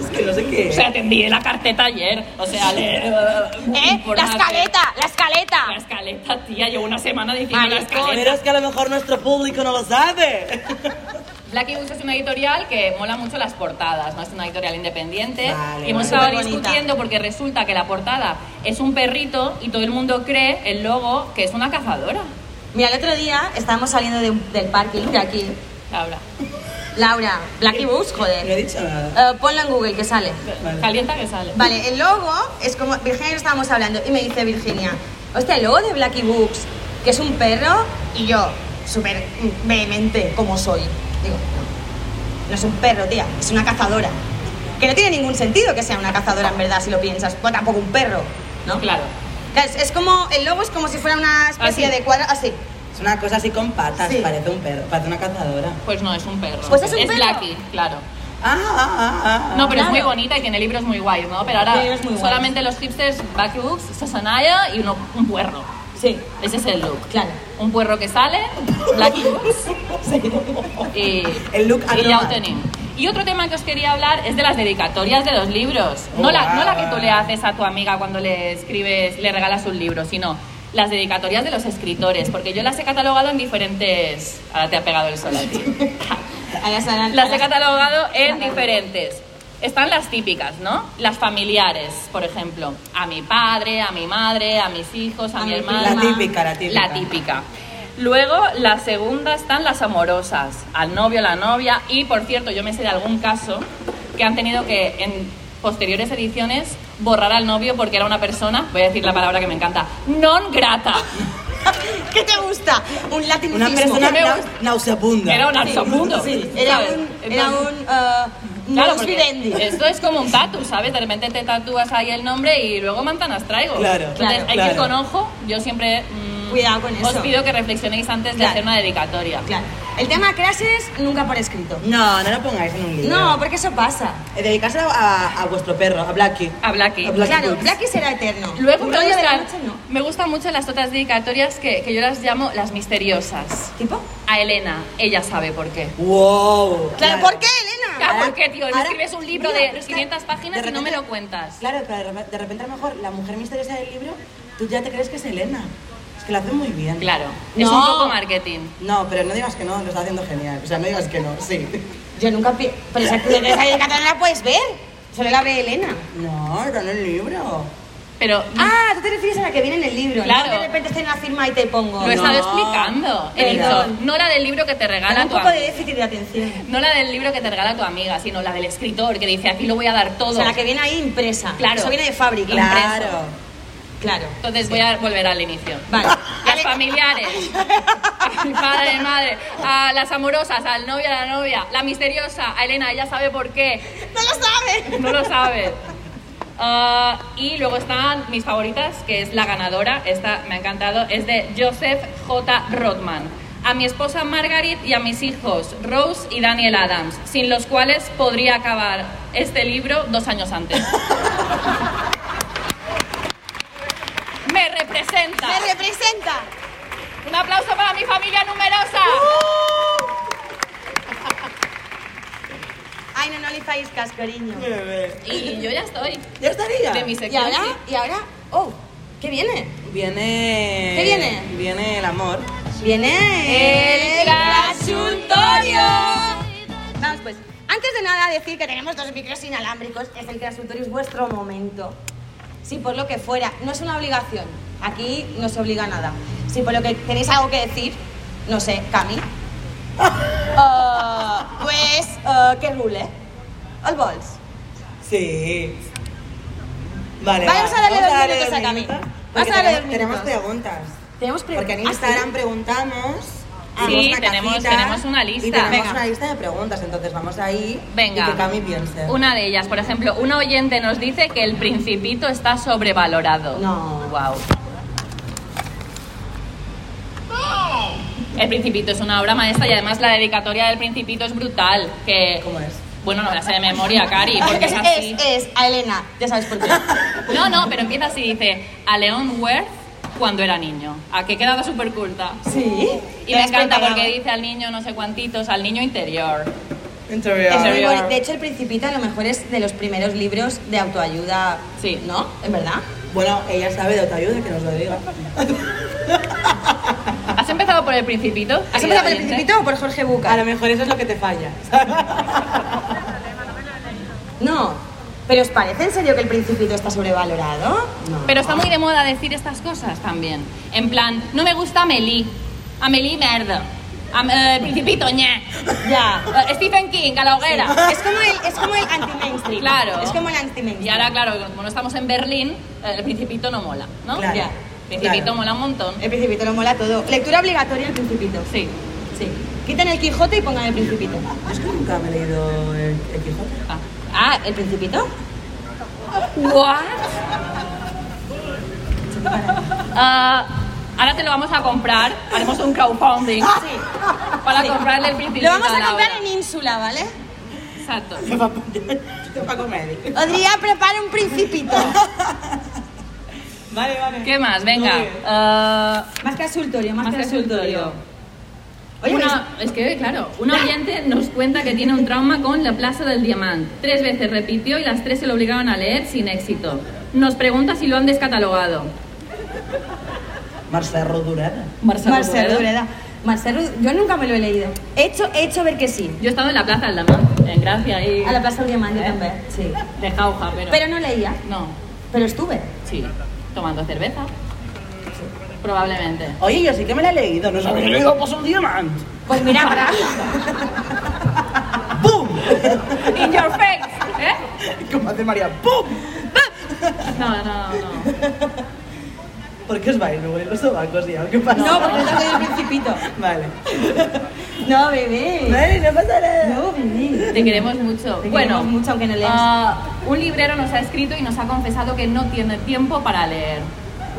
[SPEAKER 4] Es que no sé qué.
[SPEAKER 3] O
[SPEAKER 4] es.
[SPEAKER 3] sea, te envié la carpeta ayer. O sea, le.
[SPEAKER 2] ¿Eh? La escaleta, la escaleta.
[SPEAKER 3] La escaleta, tía. Llevo una semana diciendo la
[SPEAKER 2] Maricón.
[SPEAKER 3] escaleta.
[SPEAKER 4] pero es que a lo mejor nuestro público no lo sabe.
[SPEAKER 3] Blackie Books es una editorial que mola mucho las portadas, ¿no? Es una editorial independiente.
[SPEAKER 4] Vale,
[SPEAKER 3] y
[SPEAKER 2] vale.
[SPEAKER 3] hemos estado
[SPEAKER 2] Superbonita.
[SPEAKER 3] discutiendo porque resulta que la portada es un perrito y todo el mundo cree el logo que es una cazadora.
[SPEAKER 2] Mira, el otro día estábamos saliendo de un- del parking de aquí.
[SPEAKER 3] Laura,
[SPEAKER 2] Laura, Blackie Books,
[SPEAKER 4] No he
[SPEAKER 2] joder.
[SPEAKER 4] dicho nada.
[SPEAKER 2] Eh, ponlo en Google que sale.
[SPEAKER 4] Vale.
[SPEAKER 3] calienta que sale.
[SPEAKER 2] Vale, el logo es como. Virginia y yo estábamos hablando y me dice Virginia, hostia, el logo de Blackie Books, que es un perro, y yo, súper vehemente como soy, digo, no, no es un perro, tía, es una cazadora. Que no tiene ningún sentido que sea una cazadora en verdad, si lo piensas, o tampoco un perro, ¿no?
[SPEAKER 3] Claro.
[SPEAKER 2] Claro, es, es como. El logo es como si fuera una especie
[SPEAKER 3] Así.
[SPEAKER 2] de cuadra. Así.
[SPEAKER 4] Es una cosa así con patas,
[SPEAKER 2] Sí.
[SPEAKER 4] parece un perro, parece una cazadora.
[SPEAKER 3] Pues no, es un perro.
[SPEAKER 2] Pues es un perro.
[SPEAKER 3] Blackie, claro.
[SPEAKER 4] Ah, ah, ah, ah, ah.
[SPEAKER 3] No, pero es muy
[SPEAKER 2] claro.
[SPEAKER 3] bonita y tiene libros muy guays, ¿no? Pero ahora
[SPEAKER 2] Tiene libros muy guays.
[SPEAKER 3] solamente los hipsters, Blackie Books, Sasanaya y uno, un puerro.
[SPEAKER 2] Sí,
[SPEAKER 3] Ese es el look.
[SPEAKER 2] claro.
[SPEAKER 3] Un puerro que sale, Blackie Books. Y,
[SPEAKER 4] El look
[SPEAKER 3] y ya
[SPEAKER 4] anormal.
[SPEAKER 3] lo tenéis. Y otro tema que os quería hablar es de las dedicatorias de los libros. No, la, no la que tú le haces a tu amiga cuando le escribes, le regalas un libro, sino las dedicatorias de los escritores, porque yo las he catalogado en diferentes... Ahora te ha pegado el sol a ti.
[SPEAKER 2] Ahora serán-
[SPEAKER 3] Las he catalogado en diferentes. Están las típicas, ¿no? Las familiares, por ejemplo. A mi padre, a mi madre, a mis hijos, a,
[SPEAKER 2] A
[SPEAKER 3] mi
[SPEAKER 2] mi
[SPEAKER 3] hermana.
[SPEAKER 4] La típica, la típica.
[SPEAKER 3] La típica. Luego, la segunda están las amorosas. Al novio, la novia. Y, por cierto, yo me sé de algún caso que han tenido que, en posteriores ediciones, borrar al novio porque era una persona, voy a decir la palabra que me encanta, non grata.
[SPEAKER 2] ¿Qué te gusta? Un latinicismo.
[SPEAKER 4] Una persona
[SPEAKER 3] que me
[SPEAKER 4] nau-
[SPEAKER 3] gusta.
[SPEAKER 4] nauseabunda.
[SPEAKER 3] Era un alzamundo.
[SPEAKER 2] Sí, era
[SPEAKER 3] ¿sabes?
[SPEAKER 2] un. Era
[SPEAKER 3] Entonces-
[SPEAKER 2] un. eh, un
[SPEAKER 3] Claro,
[SPEAKER 2] modus
[SPEAKER 3] porque
[SPEAKER 2] vivendi.
[SPEAKER 3] esto es como un tatu, ¿sabes? De repente te tatúas ahí el nombre y luego mantanas traigo.
[SPEAKER 4] Claro,
[SPEAKER 3] Entonces
[SPEAKER 2] claro,
[SPEAKER 3] hay que ir
[SPEAKER 4] claro.
[SPEAKER 3] con ojo. Yo siempre mm,
[SPEAKER 2] Cuidado con
[SPEAKER 3] os
[SPEAKER 2] eso.
[SPEAKER 3] pido que reflexionéis antes de
[SPEAKER 2] Claro.
[SPEAKER 3] hacer una dedicatoria.
[SPEAKER 2] Claro. El tema clases nunca por escrito.
[SPEAKER 4] No, no lo pongáis en un libro.
[SPEAKER 2] No, porque eso pasa.
[SPEAKER 4] Eh, Dedicarse a, a- a vuestro perro, a Blackie.
[SPEAKER 3] A Blackie.
[SPEAKER 4] A Blackie.
[SPEAKER 2] claro,
[SPEAKER 4] Books.
[SPEAKER 2] Blackie será eterno.
[SPEAKER 3] Luego
[SPEAKER 2] Un
[SPEAKER 3] me
[SPEAKER 2] rollo de la
[SPEAKER 3] gustan,
[SPEAKER 2] noche no.
[SPEAKER 3] me gustan mucho las otras dedicatorias que, que yo las llamo las misteriosas.
[SPEAKER 2] ¿Tipo?
[SPEAKER 3] A Elena, ella sabe por qué.
[SPEAKER 4] Wow.
[SPEAKER 2] Claro, ¿por qué, Elena?
[SPEAKER 3] Claro,
[SPEAKER 4] Ahora-
[SPEAKER 3] ¿por qué, tío? Me
[SPEAKER 4] ahora-
[SPEAKER 3] escribes un libro
[SPEAKER 4] Mira,
[SPEAKER 3] de
[SPEAKER 4] es que
[SPEAKER 3] 500 páginas
[SPEAKER 4] de
[SPEAKER 3] y no me
[SPEAKER 4] repente-
[SPEAKER 3] lo cuentas.
[SPEAKER 4] Claro, pero de repe- de repente a lo mejor la mujer misteriosa del libro, tú ya te crees que es Elena. Es que lo hacen muy bien.
[SPEAKER 3] Claro, es un
[SPEAKER 2] No.
[SPEAKER 3] poco marketing.
[SPEAKER 4] No, pero no digas que no, lo está haciendo genial. O sea, no digas que no, sí.
[SPEAKER 2] Yo nunca pi- Pero esa esa dedicatoria no la puedes ver. Solo la ve Elena.
[SPEAKER 3] Mm.
[SPEAKER 4] No, era en el libro.
[SPEAKER 3] Pero
[SPEAKER 2] Ah, tú te refieres a la que viene en el libro.
[SPEAKER 3] Claro.
[SPEAKER 2] No de repente estoy en una firma y te pongo.
[SPEAKER 3] lo he
[SPEAKER 4] es-
[SPEAKER 2] No.
[SPEAKER 3] estado
[SPEAKER 4] no.
[SPEAKER 3] explicando. He dicho,
[SPEAKER 2] Perdón.
[SPEAKER 3] no la del libro que te regala
[SPEAKER 2] Tengo un
[SPEAKER 3] tu
[SPEAKER 2] poco de
[SPEAKER 3] amiga.
[SPEAKER 2] déficit de atención.
[SPEAKER 3] No la del libro que te regala tu amiga, sino la del escritor que dice aquí lo voy a dar todo.
[SPEAKER 2] O sea, la que viene ahí impresa.
[SPEAKER 3] Claro.
[SPEAKER 2] Eso viene de fábrica.
[SPEAKER 3] Claro.
[SPEAKER 4] Claro.
[SPEAKER 2] Claro.
[SPEAKER 3] Entonces voy a volver al inicio.
[SPEAKER 2] Vale.
[SPEAKER 3] Las
[SPEAKER 2] Ale-
[SPEAKER 3] familiares, a mi padre, madre, a las amorosas, al novio, a la novia, la misteriosa, a Elena, ella sabe por qué,
[SPEAKER 2] ¡No lo sabe!
[SPEAKER 3] no lo sabe. Ah, y luego están mis favoritas, que es la ganadora, esta me ha encantado, es de Joseph J. Rodman. A mi esposa Margaret y a mis hijos Rose y Daniel Adams, sin los cuales podría acabar este libro dos años antes. Me representa.
[SPEAKER 2] ¡Me representa!
[SPEAKER 3] Un aplauso para mi familia numerosa.
[SPEAKER 2] Ay, no, no le falles casco, cariño.
[SPEAKER 4] Bebé.
[SPEAKER 3] Y yo ya estoy.
[SPEAKER 4] ¿Ya estaría?
[SPEAKER 3] De mi
[SPEAKER 2] Uh. ¿Y
[SPEAKER 3] sección.
[SPEAKER 2] ahora?
[SPEAKER 3] sí.
[SPEAKER 2] ¿Y ahora? ¡Oh! ¿Qué viene?
[SPEAKER 4] Viene...
[SPEAKER 2] ¿Qué viene?
[SPEAKER 4] Viene el amor.
[SPEAKER 2] Viene
[SPEAKER 3] El
[SPEAKER 2] clasuntorio. Vamos pues, antes de nada decir que tenemos dos micros inalámbricos, es el clasuntorio, es vuestro momento. Si por lo que fuera, no es una obligación, aquí no se obliga a nada. Si por lo que tenéis algo que decir, no sé, Cami, eh, pues eh, que rule. Os vols.
[SPEAKER 4] Sí. Vale,
[SPEAKER 2] Vamos
[SPEAKER 4] va.
[SPEAKER 2] a darle dos
[SPEAKER 4] darle
[SPEAKER 2] minutos
[SPEAKER 4] dos
[SPEAKER 2] a Cami.
[SPEAKER 4] minutos,
[SPEAKER 2] Vamos
[SPEAKER 4] porque
[SPEAKER 2] a darle
[SPEAKER 4] tenemos-
[SPEAKER 2] dos
[SPEAKER 4] Tenemos
[SPEAKER 2] minutos.
[SPEAKER 4] preguntas.
[SPEAKER 2] Tenemos pre-
[SPEAKER 4] Porque en
[SPEAKER 2] ¿Ah,
[SPEAKER 4] Instagram
[SPEAKER 2] sí?
[SPEAKER 4] preguntamos.
[SPEAKER 3] Sí,
[SPEAKER 4] hicimos una
[SPEAKER 3] tenemos-
[SPEAKER 4] cajita,
[SPEAKER 3] tenemos una lista.
[SPEAKER 4] Y tenemos
[SPEAKER 3] Venga.
[SPEAKER 4] una lista de preguntas, entonces vamos ahí.
[SPEAKER 3] Venga.
[SPEAKER 4] Y que Cami piense.
[SPEAKER 3] Una de ellas, por ejemplo, una oyente nos dice que el principito está sobrevalorado.
[SPEAKER 2] No.
[SPEAKER 3] Wow. El Principito es una obra maestra y además la dedicatoria del Principito es brutal. Que,
[SPEAKER 4] ¿Cómo es?
[SPEAKER 3] Bueno, no me la sé de memoria, Cari, porque es
[SPEAKER 2] Es,
[SPEAKER 3] así.
[SPEAKER 2] es, es, a Elena, ya sabes por qué.
[SPEAKER 3] No, no, pero empieza así, dice, a Leon Worth cuando era niño. A que he quedado súper culta.
[SPEAKER 2] ¿Sí?
[SPEAKER 3] Y me encanta
[SPEAKER 2] Preparado.
[SPEAKER 3] porque dice al niño no sé cuantitos, al niño interior.
[SPEAKER 4] Interior.
[SPEAKER 2] Es muy
[SPEAKER 3] Interior.
[SPEAKER 2] boni- de hecho, El Principito a lo mejor es de los primeros libros de autoayuda,
[SPEAKER 3] Sí.
[SPEAKER 2] ¿no? ¿En verdad?
[SPEAKER 4] Bueno, ella sabe de autoayuda, que nos lo diga.
[SPEAKER 3] ¿Has empezado por el principito?
[SPEAKER 2] ¿Has empezado por El
[SPEAKER 3] querida oyente?
[SPEAKER 2] Principito o por Jorge
[SPEAKER 4] A
[SPEAKER 2] Buca?
[SPEAKER 4] lo mejor eso es lo que te falla.
[SPEAKER 2] No. ¿Pero os parece en serio que El Principito está sobrevalorado? No.
[SPEAKER 3] Pero está muy de moda decir estas cosas también. En plan, no me gusta Amelie. Amelie, merda. Am- eh, el principito, ñe.
[SPEAKER 2] Ya.
[SPEAKER 3] Eh, Stephen King, a la hoguera.
[SPEAKER 2] Es como el, es como el anti-mainstream.
[SPEAKER 3] Claro.
[SPEAKER 2] Es como el
[SPEAKER 3] Y
[SPEAKER 2] anti-mainstream.
[SPEAKER 3] ahora, claro, como no estamos en Berlín, eh, el principito no mola, ¿no?
[SPEAKER 4] Claro.
[SPEAKER 2] Ya.
[SPEAKER 3] El principito
[SPEAKER 4] Claro.
[SPEAKER 3] mola un montón.
[SPEAKER 2] El Principito lo mola todo. Lectura obligatoria El Principito.
[SPEAKER 3] Sí.
[SPEAKER 2] Sí. Quiten el Quijote y pongan El Principito.
[SPEAKER 4] Yo es que nunca me he leído el, el Quijote.
[SPEAKER 3] Ah.
[SPEAKER 2] Ah, ¿El Principito?
[SPEAKER 3] What? Ah, ahora te lo vamos a comprar. Haremos un crowdfunding
[SPEAKER 2] Sí.
[SPEAKER 3] para
[SPEAKER 2] Sí.
[SPEAKER 3] comprarle el principito.
[SPEAKER 2] Lo vamos a
[SPEAKER 3] la
[SPEAKER 2] comprar
[SPEAKER 3] obra.
[SPEAKER 2] en Ínsula, ¿vale?
[SPEAKER 3] Exacto.
[SPEAKER 4] Para comer.
[SPEAKER 2] Odría prepara un principito.
[SPEAKER 4] Vale, vale.
[SPEAKER 3] ¿Qué más?
[SPEAKER 4] Muy bien.
[SPEAKER 3] Venga.
[SPEAKER 2] Más consultorio,
[SPEAKER 3] más Más consultorio. consultorio.
[SPEAKER 2] Oye, pues-
[SPEAKER 3] una, es que, claro, un oyente nos cuenta que tiene un trauma con La Plaza del Diamante. Tres veces repitió y las tres se lo obligaron a leer sin éxito. Nos pregunta si lo han descatalogado.
[SPEAKER 4] Marcela Rodurana.
[SPEAKER 3] Marcelo
[SPEAKER 2] Marcelo
[SPEAKER 3] Rueda.
[SPEAKER 2] Dureda. Marcelo, yo nunca me lo he leído. He hecho, he hecho ver que sí.
[SPEAKER 3] Yo he estado en la Plaza del Diamante, en Gracia y...
[SPEAKER 2] A la Plaza del Diamante
[SPEAKER 3] ¿Eh?
[SPEAKER 2] también. Sí.
[SPEAKER 3] De jauja, pero...
[SPEAKER 2] Pero no leía,
[SPEAKER 3] No,
[SPEAKER 2] pero estuve.
[SPEAKER 3] sí, tomando cerveza. Probablemente.
[SPEAKER 4] Oye, yo sí que me la he leído. No sabía que le he leído pues un diamante.
[SPEAKER 2] Pues mira, para
[SPEAKER 4] ¡Bum!
[SPEAKER 3] In your face, ¿eh?
[SPEAKER 4] Como hace María. ¡Bum!
[SPEAKER 3] No, no, no.
[SPEAKER 4] ¿Por qué os vais luego en los sobacos y ¿Qué pasa?
[SPEAKER 2] No, porque no soy el principito.
[SPEAKER 4] Vale.
[SPEAKER 2] No, bebé.
[SPEAKER 4] Vale, no pasa nada.
[SPEAKER 2] No, bebé.
[SPEAKER 3] Te queremos mucho.
[SPEAKER 2] Te
[SPEAKER 3] bueno,
[SPEAKER 2] queremos mucho, aunque no leas.
[SPEAKER 3] ah, un librero nos ha escrito y nos ha confesado que no tiene tiempo para leer.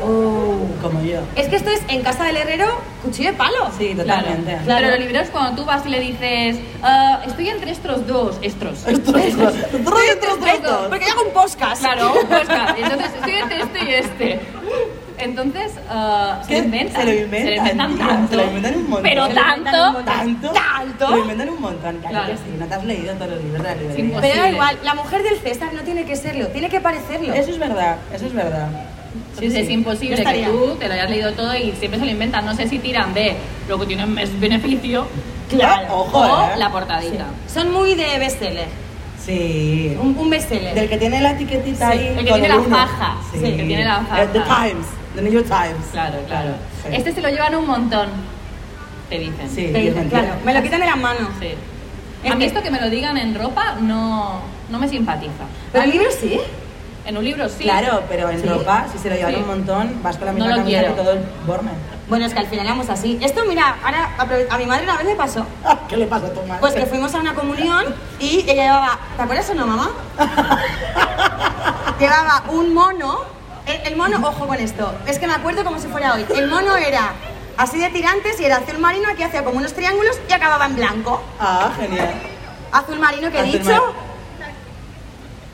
[SPEAKER 2] Oh.
[SPEAKER 4] Como yo.
[SPEAKER 2] Es que esto es en casa del herrero, cuchillo de palo.
[SPEAKER 4] Sí, totalmente.
[SPEAKER 2] Claro.
[SPEAKER 3] Pero los libreros cuando tú vas y le dices, "Ah, estoy entre estos dos, estos.
[SPEAKER 4] Esto es
[SPEAKER 2] Estoy entre
[SPEAKER 4] Esto
[SPEAKER 2] estos dos, Porque yo hago un podcast.
[SPEAKER 3] Claro, un podcast. Entonces, estoy entre este y este. Entonces, ah, se
[SPEAKER 4] ¿Qué?
[SPEAKER 3] lo inventan.
[SPEAKER 4] Se lo inventan, tío,
[SPEAKER 3] tanto.
[SPEAKER 4] se lo inventan un montón.
[SPEAKER 3] Pero
[SPEAKER 4] Se lo
[SPEAKER 2] inventan un
[SPEAKER 3] tanto.
[SPEAKER 2] montón.
[SPEAKER 4] ¿Tanto?
[SPEAKER 2] ¿Tanto?
[SPEAKER 4] Lo inventan un montón. Claro,
[SPEAKER 3] Claro.
[SPEAKER 4] que sí. No te has leído todos los libros de la librería.
[SPEAKER 3] Imposible.
[SPEAKER 2] Pero da igual, la mujer del César no tiene que serlo, tiene que parecerlo.
[SPEAKER 4] Eso es verdad, eso es verdad.
[SPEAKER 3] Entonces, es
[SPEAKER 2] Yo
[SPEAKER 3] imposible que
[SPEAKER 2] estaría.
[SPEAKER 3] tú te lo hayas leído todo y siempre se lo inventan. No sé si tiran de lo que tienen es beneficio
[SPEAKER 4] Claro. Ojo,
[SPEAKER 3] o
[SPEAKER 4] ¿eh?
[SPEAKER 3] la portadita.
[SPEAKER 2] Son muy de bestseller,
[SPEAKER 4] Sí.
[SPEAKER 2] un, un bestseller.
[SPEAKER 4] Del que tiene la etiquetita
[SPEAKER 3] Sí,
[SPEAKER 4] ahí.
[SPEAKER 3] el que
[SPEAKER 4] con
[SPEAKER 3] tiene la
[SPEAKER 4] uno.
[SPEAKER 3] faja, sí, el que tiene la faja.
[SPEAKER 4] Eh, The Times, The New York Times.
[SPEAKER 3] Claro, claro.
[SPEAKER 4] Sí.
[SPEAKER 3] Este se lo llevan un montón, te dicen.
[SPEAKER 4] Sí,
[SPEAKER 2] Te
[SPEAKER 4] y es
[SPEAKER 2] dicen,
[SPEAKER 4] mentira.
[SPEAKER 2] claro, me lo quitan de las manos.
[SPEAKER 3] Sí. A
[SPEAKER 2] Este-
[SPEAKER 3] mí esto que me lo digan en ropa no, no me simpatiza.
[SPEAKER 2] Pero el libro sí.
[SPEAKER 3] En un libro sí.
[SPEAKER 4] Claro, pero en
[SPEAKER 2] Sí.
[SPEAKER 4] ropa, si se lo llevan
[SPEAKER 3] Sí.
[SPEAKER 4] un montón, vas con la
[SPEAKER 3] No
[SPEAKER 4] misma
[SPEAKER 3] lo
[SPEAKER 4] camisa
[SPEAKER 3] quiero.
[SPEAKER 4] que todo el borne.
[SPEAKER 2] Bueno, es que al final vamos así. Esto, mira, ahora aprove- a mi madre una vez le pasó.
[SPEAKER 4] ¿Qué le pasa a tu madre?
[SPEAKER 2] Pues que fuimos a una comunión y ella llevaba, ¿te acuerdas o no, mamá? llevaba un mono. El, el mono, ojo con esto, es que me acuerdo como si fuera hoy. El mono era así de tirantes y era azul marino, aquí hacía como unos triángulos y acababa en blanco.
[SPEAKER 4] Ah, genial.
[SPEAKER 2] Azul marino que he
[SPEAKER 4] Azul
[SPEAKER 2] dicho.
[SPEAKER 4] marino.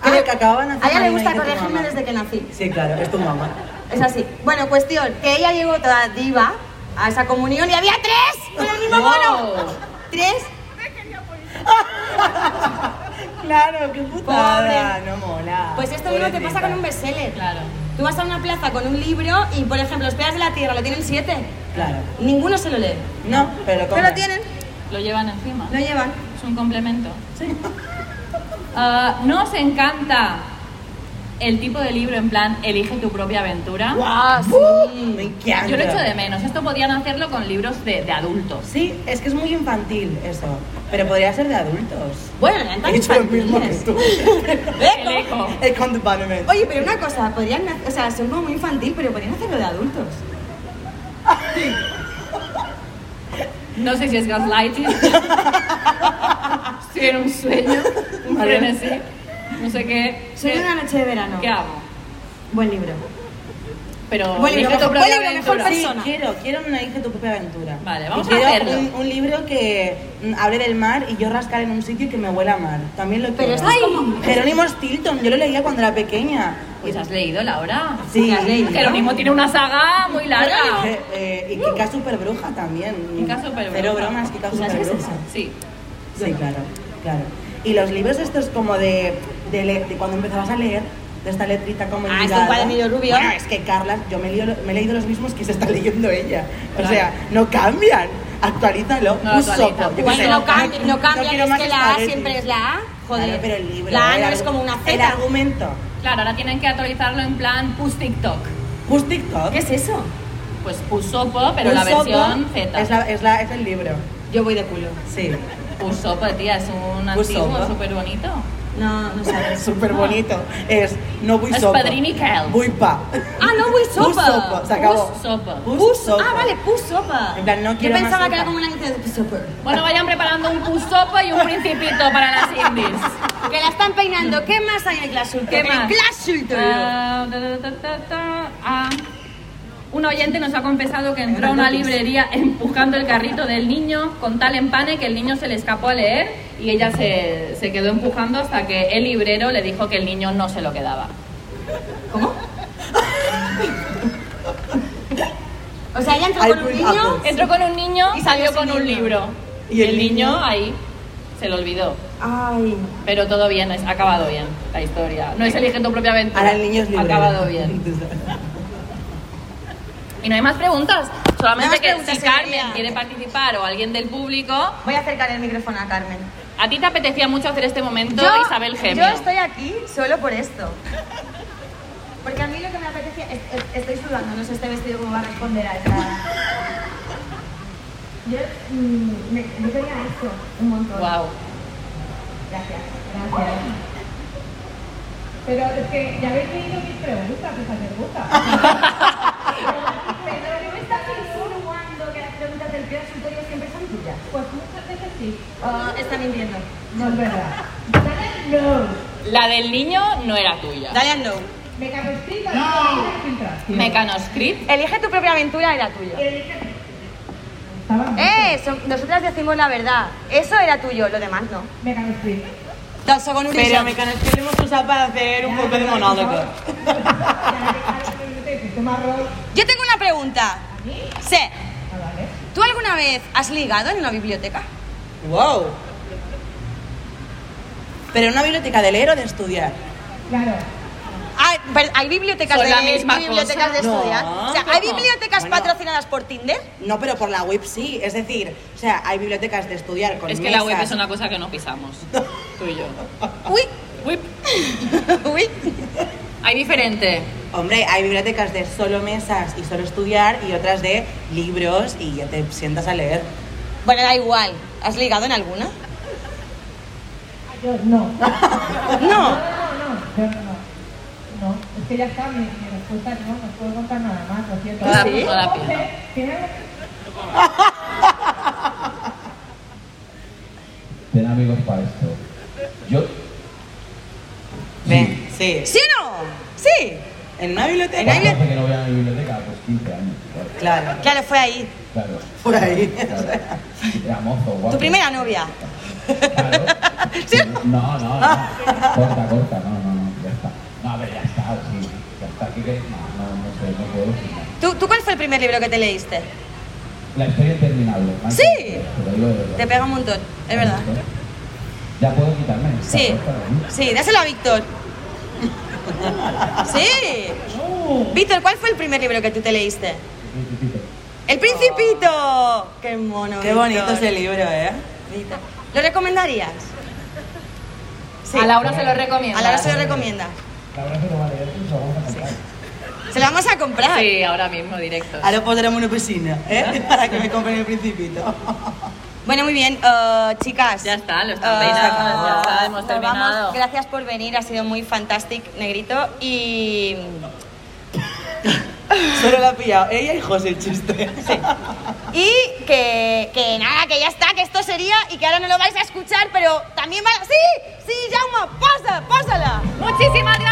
[SPEAKER 4] Ah,
[SPEAKER 2] Creo-
[SPEAKER 4] que acababan
[SPEAKER 2] A ella le
[SPEAKER 4] haciendo
[SPEAKER 2] gusta
[SPEAKER 4] igual que tu
[SPEAKER 2] corregirme
[SPEAKER 4] mamá.
[SPEAKER 2] desde que nací.
[SPEAKER 4] Sí, claro, es tu mamá.
[SPEAKER 2] Es así. Bueno, cuestión, que ella llegó toda diva a esa comunión y había tres con el mismo mono.
[SPEAKER 3] Wow.
[SPEAKER 2] Tres.
[SPEAKER 4] Claro, qué
[SPEAKER 2] putada,
[SPEAKER 4] no mola.
[SPEAKER 2] Pues esto mismo te pasa con un bestseller.
[SPEAKER 3] Claro.
[SPEAKER 2] Tú vas a una plaza con un libro y, por ejemplo, Los Pedazos de la Tierra lo tienen siete.
[SPEAKER 4] Claro.
[SPEAKER 2] Ninguno se lo lee.
[SPEAKER 4] No, pero
[SPEAKER 2] No
[SPEAKER 4] compra.
[SPEAKER 2] lo tienen,
[SPEAKER 3] Lo llevan encima.
[SPEAKER 2] lo llevan.
[SPEAKER 3] Es un complemento. Ah, nos encanta el tipo de libro en plan elige tu propia aventura.
[SPEAKER 4] ¡Guau! sí. Me encanta.
[SPEAKER 3] Yo lo echo de menos. Esto podrían hacerlo con libros de, de adultos.
[SPEAKER 4] Sí, es que es muy infantil eso. Pero podría ser de adultos.
[SPEAKER 2] Bueno, eran tan infantiles.
[SPEAKER 3] El
[SPEAKER 2] ¿Eh?
[SPEAKER 3] eco.
[SPEAKER 4] El condiment.
[SPEAKER 2] Oye, pero una cosa, podrían, hacer- o sea, son como muy infantil, pero podrían hacerlo de adultos.
[SPEAKER 3] No sé si es gaslighting. Estoy en un sueño, un
[SPEAKER 4] Vale.
[SPEAKER 3] frenesí. No sé qué.
[SPEAKER 2] Soy
[SPEAKER 3] ¿Qué-
[SPEAKER 2] una noche de verano.
[SPEAKER 3] ¿Qué hago?
[SPEAKER 2] Buen libro.
[SPEAKER 3] Pero
[SPEAKER 2] Buen libro,
[SPEAKER 3] elige tu
[SPEAKER 2] mejor-
[SPEAKER 3] propia
[SPEAKER 2] buen libro, mejor
[SPEAKER 3] aventura.
[SPEAKER 4] Sí,
[SPEAKER 2] persona.
[SPEAKER 4] quiero, quiero una hija tu propia aventura.
[SPEAKER 3] Vale, vamos
[SPEAKER 4] Y
[SPEAKER 3] a
[SPEAKER 4] quiero
[SPEAKER 3] hacerlo.
[SPEAKER 4] Un, un libro que mm, hable del mar y yo rascar en un sitio y que me huela a mar. También lo quiero.
[SPEAKER 2] Pero esto es como-
[SPEAKER 4] Jerónimo Stilton, yo lo leía cuando era pequeña.
[SPEAKER 3] Pues has leído, Laura.
[SPEAKER 4] Sí,
[SPEAKER 2] las leí.
[SPEAKER 3] Jerónimo tiene una saga muy larga.
[SPEAKER 4] Eh, eh, y Kika Superbruja también.
[SPEAKER 3] Kika Superbruja.
[SPEAKER 4] Cero bromas, Kika
[SPEAKER 2] ¿Tú sabes qué es
[SPEAKER 4] Superbruja.
[SPEAKER 3] Sí.
[SPEAKER 4] Sí, claro, claro. Y los libros estos como de, de, le- de cuando empezabas a leer, de esta letrita como
[SPEAKER 2] Ah, es un
[SPEAKER 4] envirada.
[SPEAKER 2] cuadernillo rubio.
[SPEAKER 4] Bueno, es que Carla, yo me, he leído- me he leído los mismos que se está leyendo ella. O
[SPEAKER 3] Claro.
[SPEAKER 4] sea, no cambian. Actualízalo.
[SPEAKER 3] No lo
[SPEAKER 4] un
[SPEAKER 3] actualiza.
[SPEAKER 4] sopo, yo qué
[SPEAKER 2] Bueno,
[SPEAKER 4] sé.
[SPEAKER 2] no cambia, no cambia,
[SPEAKER 4] quiero
[SPEAKER 2] es
[SPEAKER 4] más
[SPEAKER 2] que la A
[SPEAKER 4] espagueti.
[SPEAKER 2] siempre es la A. Joder.
[SPEAKER 4] Claro, pero el libro.
[SPEAKER 2] La A
[SPEAKER 4] el
[SPEAKER 2] no es
[SPEAKER 4] argu-
[SPEAKER 2] como una
[SPEAKER 4] El
[SPEAKER 2] Z.
[SPEAKER 4] argumento.
[SPEAKER 3] Claro, ahora tienen que actualizarlo en plan Pus TikTok.
[SPEAKER 4] Pues TikTok.
[SPEAKER 2] ¿Qué es eso?
[SPEAKER 3] Pues Pusopo, pero
[SPEAKER 4] un
[SPEAKER 3] la
[SPEAKER 4] sopo
[SPEAKER 3] versión Z.
[SPEAKER 4] Es, la, es, la, es el libro.
[SPEAKER 2] Yo voy de culo.
[SPEAKER 4] Sí.
[SPEAKER 3] Pusopo, tía, es un antiguo
[SPEAKER 4] Pusopo.
[SPEAKER 3] súper bonito.
[SPEAKER 2] No, no sabes.
[SPEAKER 4] Súper bonito. Es no voy
[SPEAKER 3] Es
[SPEAKER 4] sopo.
[SPEAKER 3] Padrín y Kel.
[SPEAKER 4] Voy pa.
[SPEAKER 2] Ah, no, voy
[SPEAKER 4] Pus
[SPEAKER 2] sopa.
[SPEAKER 4] sopo. Se acabó.
[SPEAKER 3] Pus sopo.
[SPEAKER 4] Pus sopo.
[SPEAKER 2] Ah, vale, pus sopa.
[SPEAKER 4] En plan, no quiero
[SPEAKER 2] Yo
[SPEAKER 4] más
[SPEAKER 2] pensaba
[SPEAKER 4] sopa.
[SPEAKER 2] que era como una canción de pus sopa.
[SPEAKER 3] Bueno, vayan preparando un Pusopo y un Principito para las indies.
[SPEAKER 2] Que la están peinando. ¿Qué más hay en el clasultero?
[SPEAKER 3] ¿Qué
[SPEAKER 2] En el
[SPEAKER 3] más?
[SPEAKER 2] clasultero.
[SPEAKER 3] Ah, ta, ta, ta, ta, ta. Ah, Un oyente nos ha confesado que entró a una librería empujando el carrito del niño con tal empane que el niño se le escapó a leer y ella se, se quedó empujando hasta que el librero le dijo que el niño no se lo quedaba.
[SPEAKER 2] ¿Cómo? O sea, ella entró
[SPEAKER 4] I
[SPEAKER 2] con un
[SPEAKER 4] bring
[SPEAKER 2] niño.
[SPEAKER 4] apples.
[SPEAKER 3] Entró con un niño
[SPEAKER 2] Y salió
[SPEAKER 3] y salió
[SPEAKER 2] sin
[SPEAKER 3] con un
[SPEAKER 2] libro.
[SPEAKER 3] libro.
[SPEAKER 4] Y
[SPEAKER 3] Y
[SPEAKER 4] el
[SPEAKER 3] el niño
[SPEAKER 4] niño
[SPEAKER 3] ahí se lo olvidó.
[SPEAKER 2] Ay.
[SPEAKER 3] Pero todo bien, es- ha acabado bien la historia. No es elige tu propia aventura.
[SPEAKER 4] Ahora el niño es libre.
[SPEAKER 3] Ha acabado bien. Y no hay más preguntas.
[SPEAKER 2] No hay
[SPEAKER 3] Solamente
[SPEAKER 2] más
[SPEAKER 3] que
[SPEAKER 2] preguntas,
[SPEAKER 3] si Carmen
[SPEAKER 2] señoría.
[SPEAKER 3] quiere participar o alguien del público,
[SPEAKER 2] Voy a acercar el micrófono a Carmen.
[SPEAKER 3] a ti te apetecía mucho hacer este momento, Isabel Gemio.
[SPEAKER 2] yo estoy aquí solo por esto. Porque a mí lo que me apetecía. es- es- estoy sudando, no sé este vestido cómo va a responder a esta. Yo, mm, me, yo quería esto un montón.
[SPEAKER 3] Wow.
[SPEAKER 2] Gracias, gracias.
[SPEAKER 5] Pero es que ya habéis leído mis preguntas, pues me gusta.
[SPEAKER 2] Pero yo me estás insinuando que las preguntas del consultorio siempre son tuyas.
[SPEAKER 5] Pues muchas veces sí.
[SPEAKER 2] Ah, está mintiendo.
[SPEAKER 5] No es verdad. Dale no.
[SPEAKER 3] La del niño no era tuya.
[SPEAKER 2] Dale al no.
[SPEAKER 5] Me capacita no. la filtración.
[SPEAKER 3] Mecanoscript.
[SPEAKER 2] Elige tu propia aventura era tuya.
[SPEAKER 5] Y dije, estaba mal.
[SPEAKER 2] Eh, son- nosotras decimos la verdad. Eso era tuyo, lo demás no.
[SPEAKER 5] Me capacita.
[SPEAKER 2] Danza con un
[SPEAKER 4] Pero me conectaremos usar para hacer un poco de monólogo.
[SPEAKER 5] Ah, Toma rol.
[SPEAKER 2] Yo tengo una pregunta. Sí.
[SPEAKER 5] Ah, vale.
[SPEAKER 2] ¿Tú alguna vez has ligado en una biblioteca?
[SPEAKER 4] ¡Wow! Pero en una biblioteca de leer o de estudiar.
[SPEAKER 5] Claro.
[SPEAKER 2] Ah, pero hay bibliotecas
[SPEAKER 3] Son
[SPEAKER 2] de
[SPEAKER 3] la misma
[SPEAKER 2] hay bibliotecas
[SPEAKER 3] cosa. Ah,
[SPEAKER 2] de
[SPEAKER 4] No,
[SPEAKER 2] estudiar. o sea, ¿hay
[SPEAKER 3] poco.
[SPEAKER 2] bibliotecas
[SPEAKER 4] Bueno.
[SPEAKER 2] patrocinadas por Tinder?
[SPEAKER 4] No, pero por la web sí. Es decir, o sea, hay bibliotecas de estudiar con
[SPEAKER 3] Es que la web
[SPEAKER 4] mesas.
[SPEAKER 3] es una cosa que no pisamos. Tú y yo.
[SPEAKER 2] Uy,
[SPEAKER 3] Whip.
[SPEAKER 2] uy.
[SPEAKER 3] Hay diferente.
[SPEAKER 4] Hombre, hay bibliotecas de solo mesas y solo estudiar y otras de libros y ya te sientas a leer.
[SPEAKER 2] Bueno, da igual. ¿Has ligado en alguna?
[SPEAKER 5] Yo no. No,
[SPEAKER 2] No.
[SPEAKER 5] no, no. Yo no, no. No, que ya está, mi, mi respuesta es no, no puedo contar nada más, lo siento.
[SPEAKER 3] Toda- ¿Sí? toda
[SPEAKER 5] Entonces,
[SPEAKER 3] pierna.
[SPEAKER 5] finalmente,
[SPEAKER 6] Ten amigos para esto. Yo.
[SPEAKER 4] Ven, sí.
[SPEAKER 2] ¿Sí o no? Sí.
[SPEAKER 4] En una biblioteca.
[SPEAKER 6] ¿En hace que no voy a mi biblioteca? Pues 15 años. Claro.
[SPEAKER 4] Claro.
[SPEAKER 2] Claro, fue ahí.
[SPEAKER 6] Claro.
[SPEAKER 4] Por ahí.
[SPEAKER 6] claro. Era mozo, guapo.
[SPEAKER 2] Tu primera novia.
[SPEAKER 6] Claro. No, no, no. Corta, corta. No, no, no. Ya está. No, a ver, ya está. Sí. Ya está. ¿Qué queréis? No, no, no sé. No puedo.
[SPEAKER 2] ¿Tú, ¿Tú cuál fue el primer libro que te leíste?
[SPEAKER 6] La historia interminable. Maite,
[SPEAKER 2] Sí.
[SPEAKER 6] Te lo digo de verdad.
[SPEAKER 2] Te pega un montón, es verdad.
[SPEAKER 6] Ya puedo quitarme. esta
[SPEAKER 2] Sí,
[SPEAKER 6] cosa, ¿no?
[SPEAKER 2] sí, dáselo a Víctor. Sí. Víctor, ¿cuál fue el primer libro que tú te leíste? El Principito. Qué mono.
[SPEAKER 4] Qué bonito
[SPEAKER 2] Víctor.
[SPEAKER 4] ese libro, ¿eh?
[SPEAKER 2] Víctor. ¿Lo recomendarías? Sí.
[SPEAKER 3] A Laura se lo recomiendo.
[SPEAKER 2] A Laura se lo recomienda.
[SPEAKER 6] La verdad es que lo va a leer, se lo vamos a comprar.
[SPEAKER 2] Se lo vamos a comprar.
[SPEAKER 3] Sí, ahora mismo, directo.
[SPEAKER 4] Ahora pondremos una piscina, ¿eh? Para que me compren el principito.
[SPEAKER 2] Bueno, muy bien, eh, chicas.
[SPEAKER 3] Ya está, lo estamos
[SPEAKER 2] Eh,
[SPEAKER 3] terminando, ya está, hemos
[SPEAKER 2] nos
[SPEAKER 3] terminado.
[SPEAKER 2] vamos. Gracias por venir, ha sido muy fantástico, negrito. Y
[SPEAKER 4] Solo la ha pillado ella y José el chiste.
[SPEAKER 2] Y que, que nada, que ya está, que esto sería y que ahora no lo vais a escuchar, pero también va... ¡Sí! ¡Sí, Jaume! ¡Pasa! ¡Pásala!
[SPEAKER 3] Muchísimas gracias.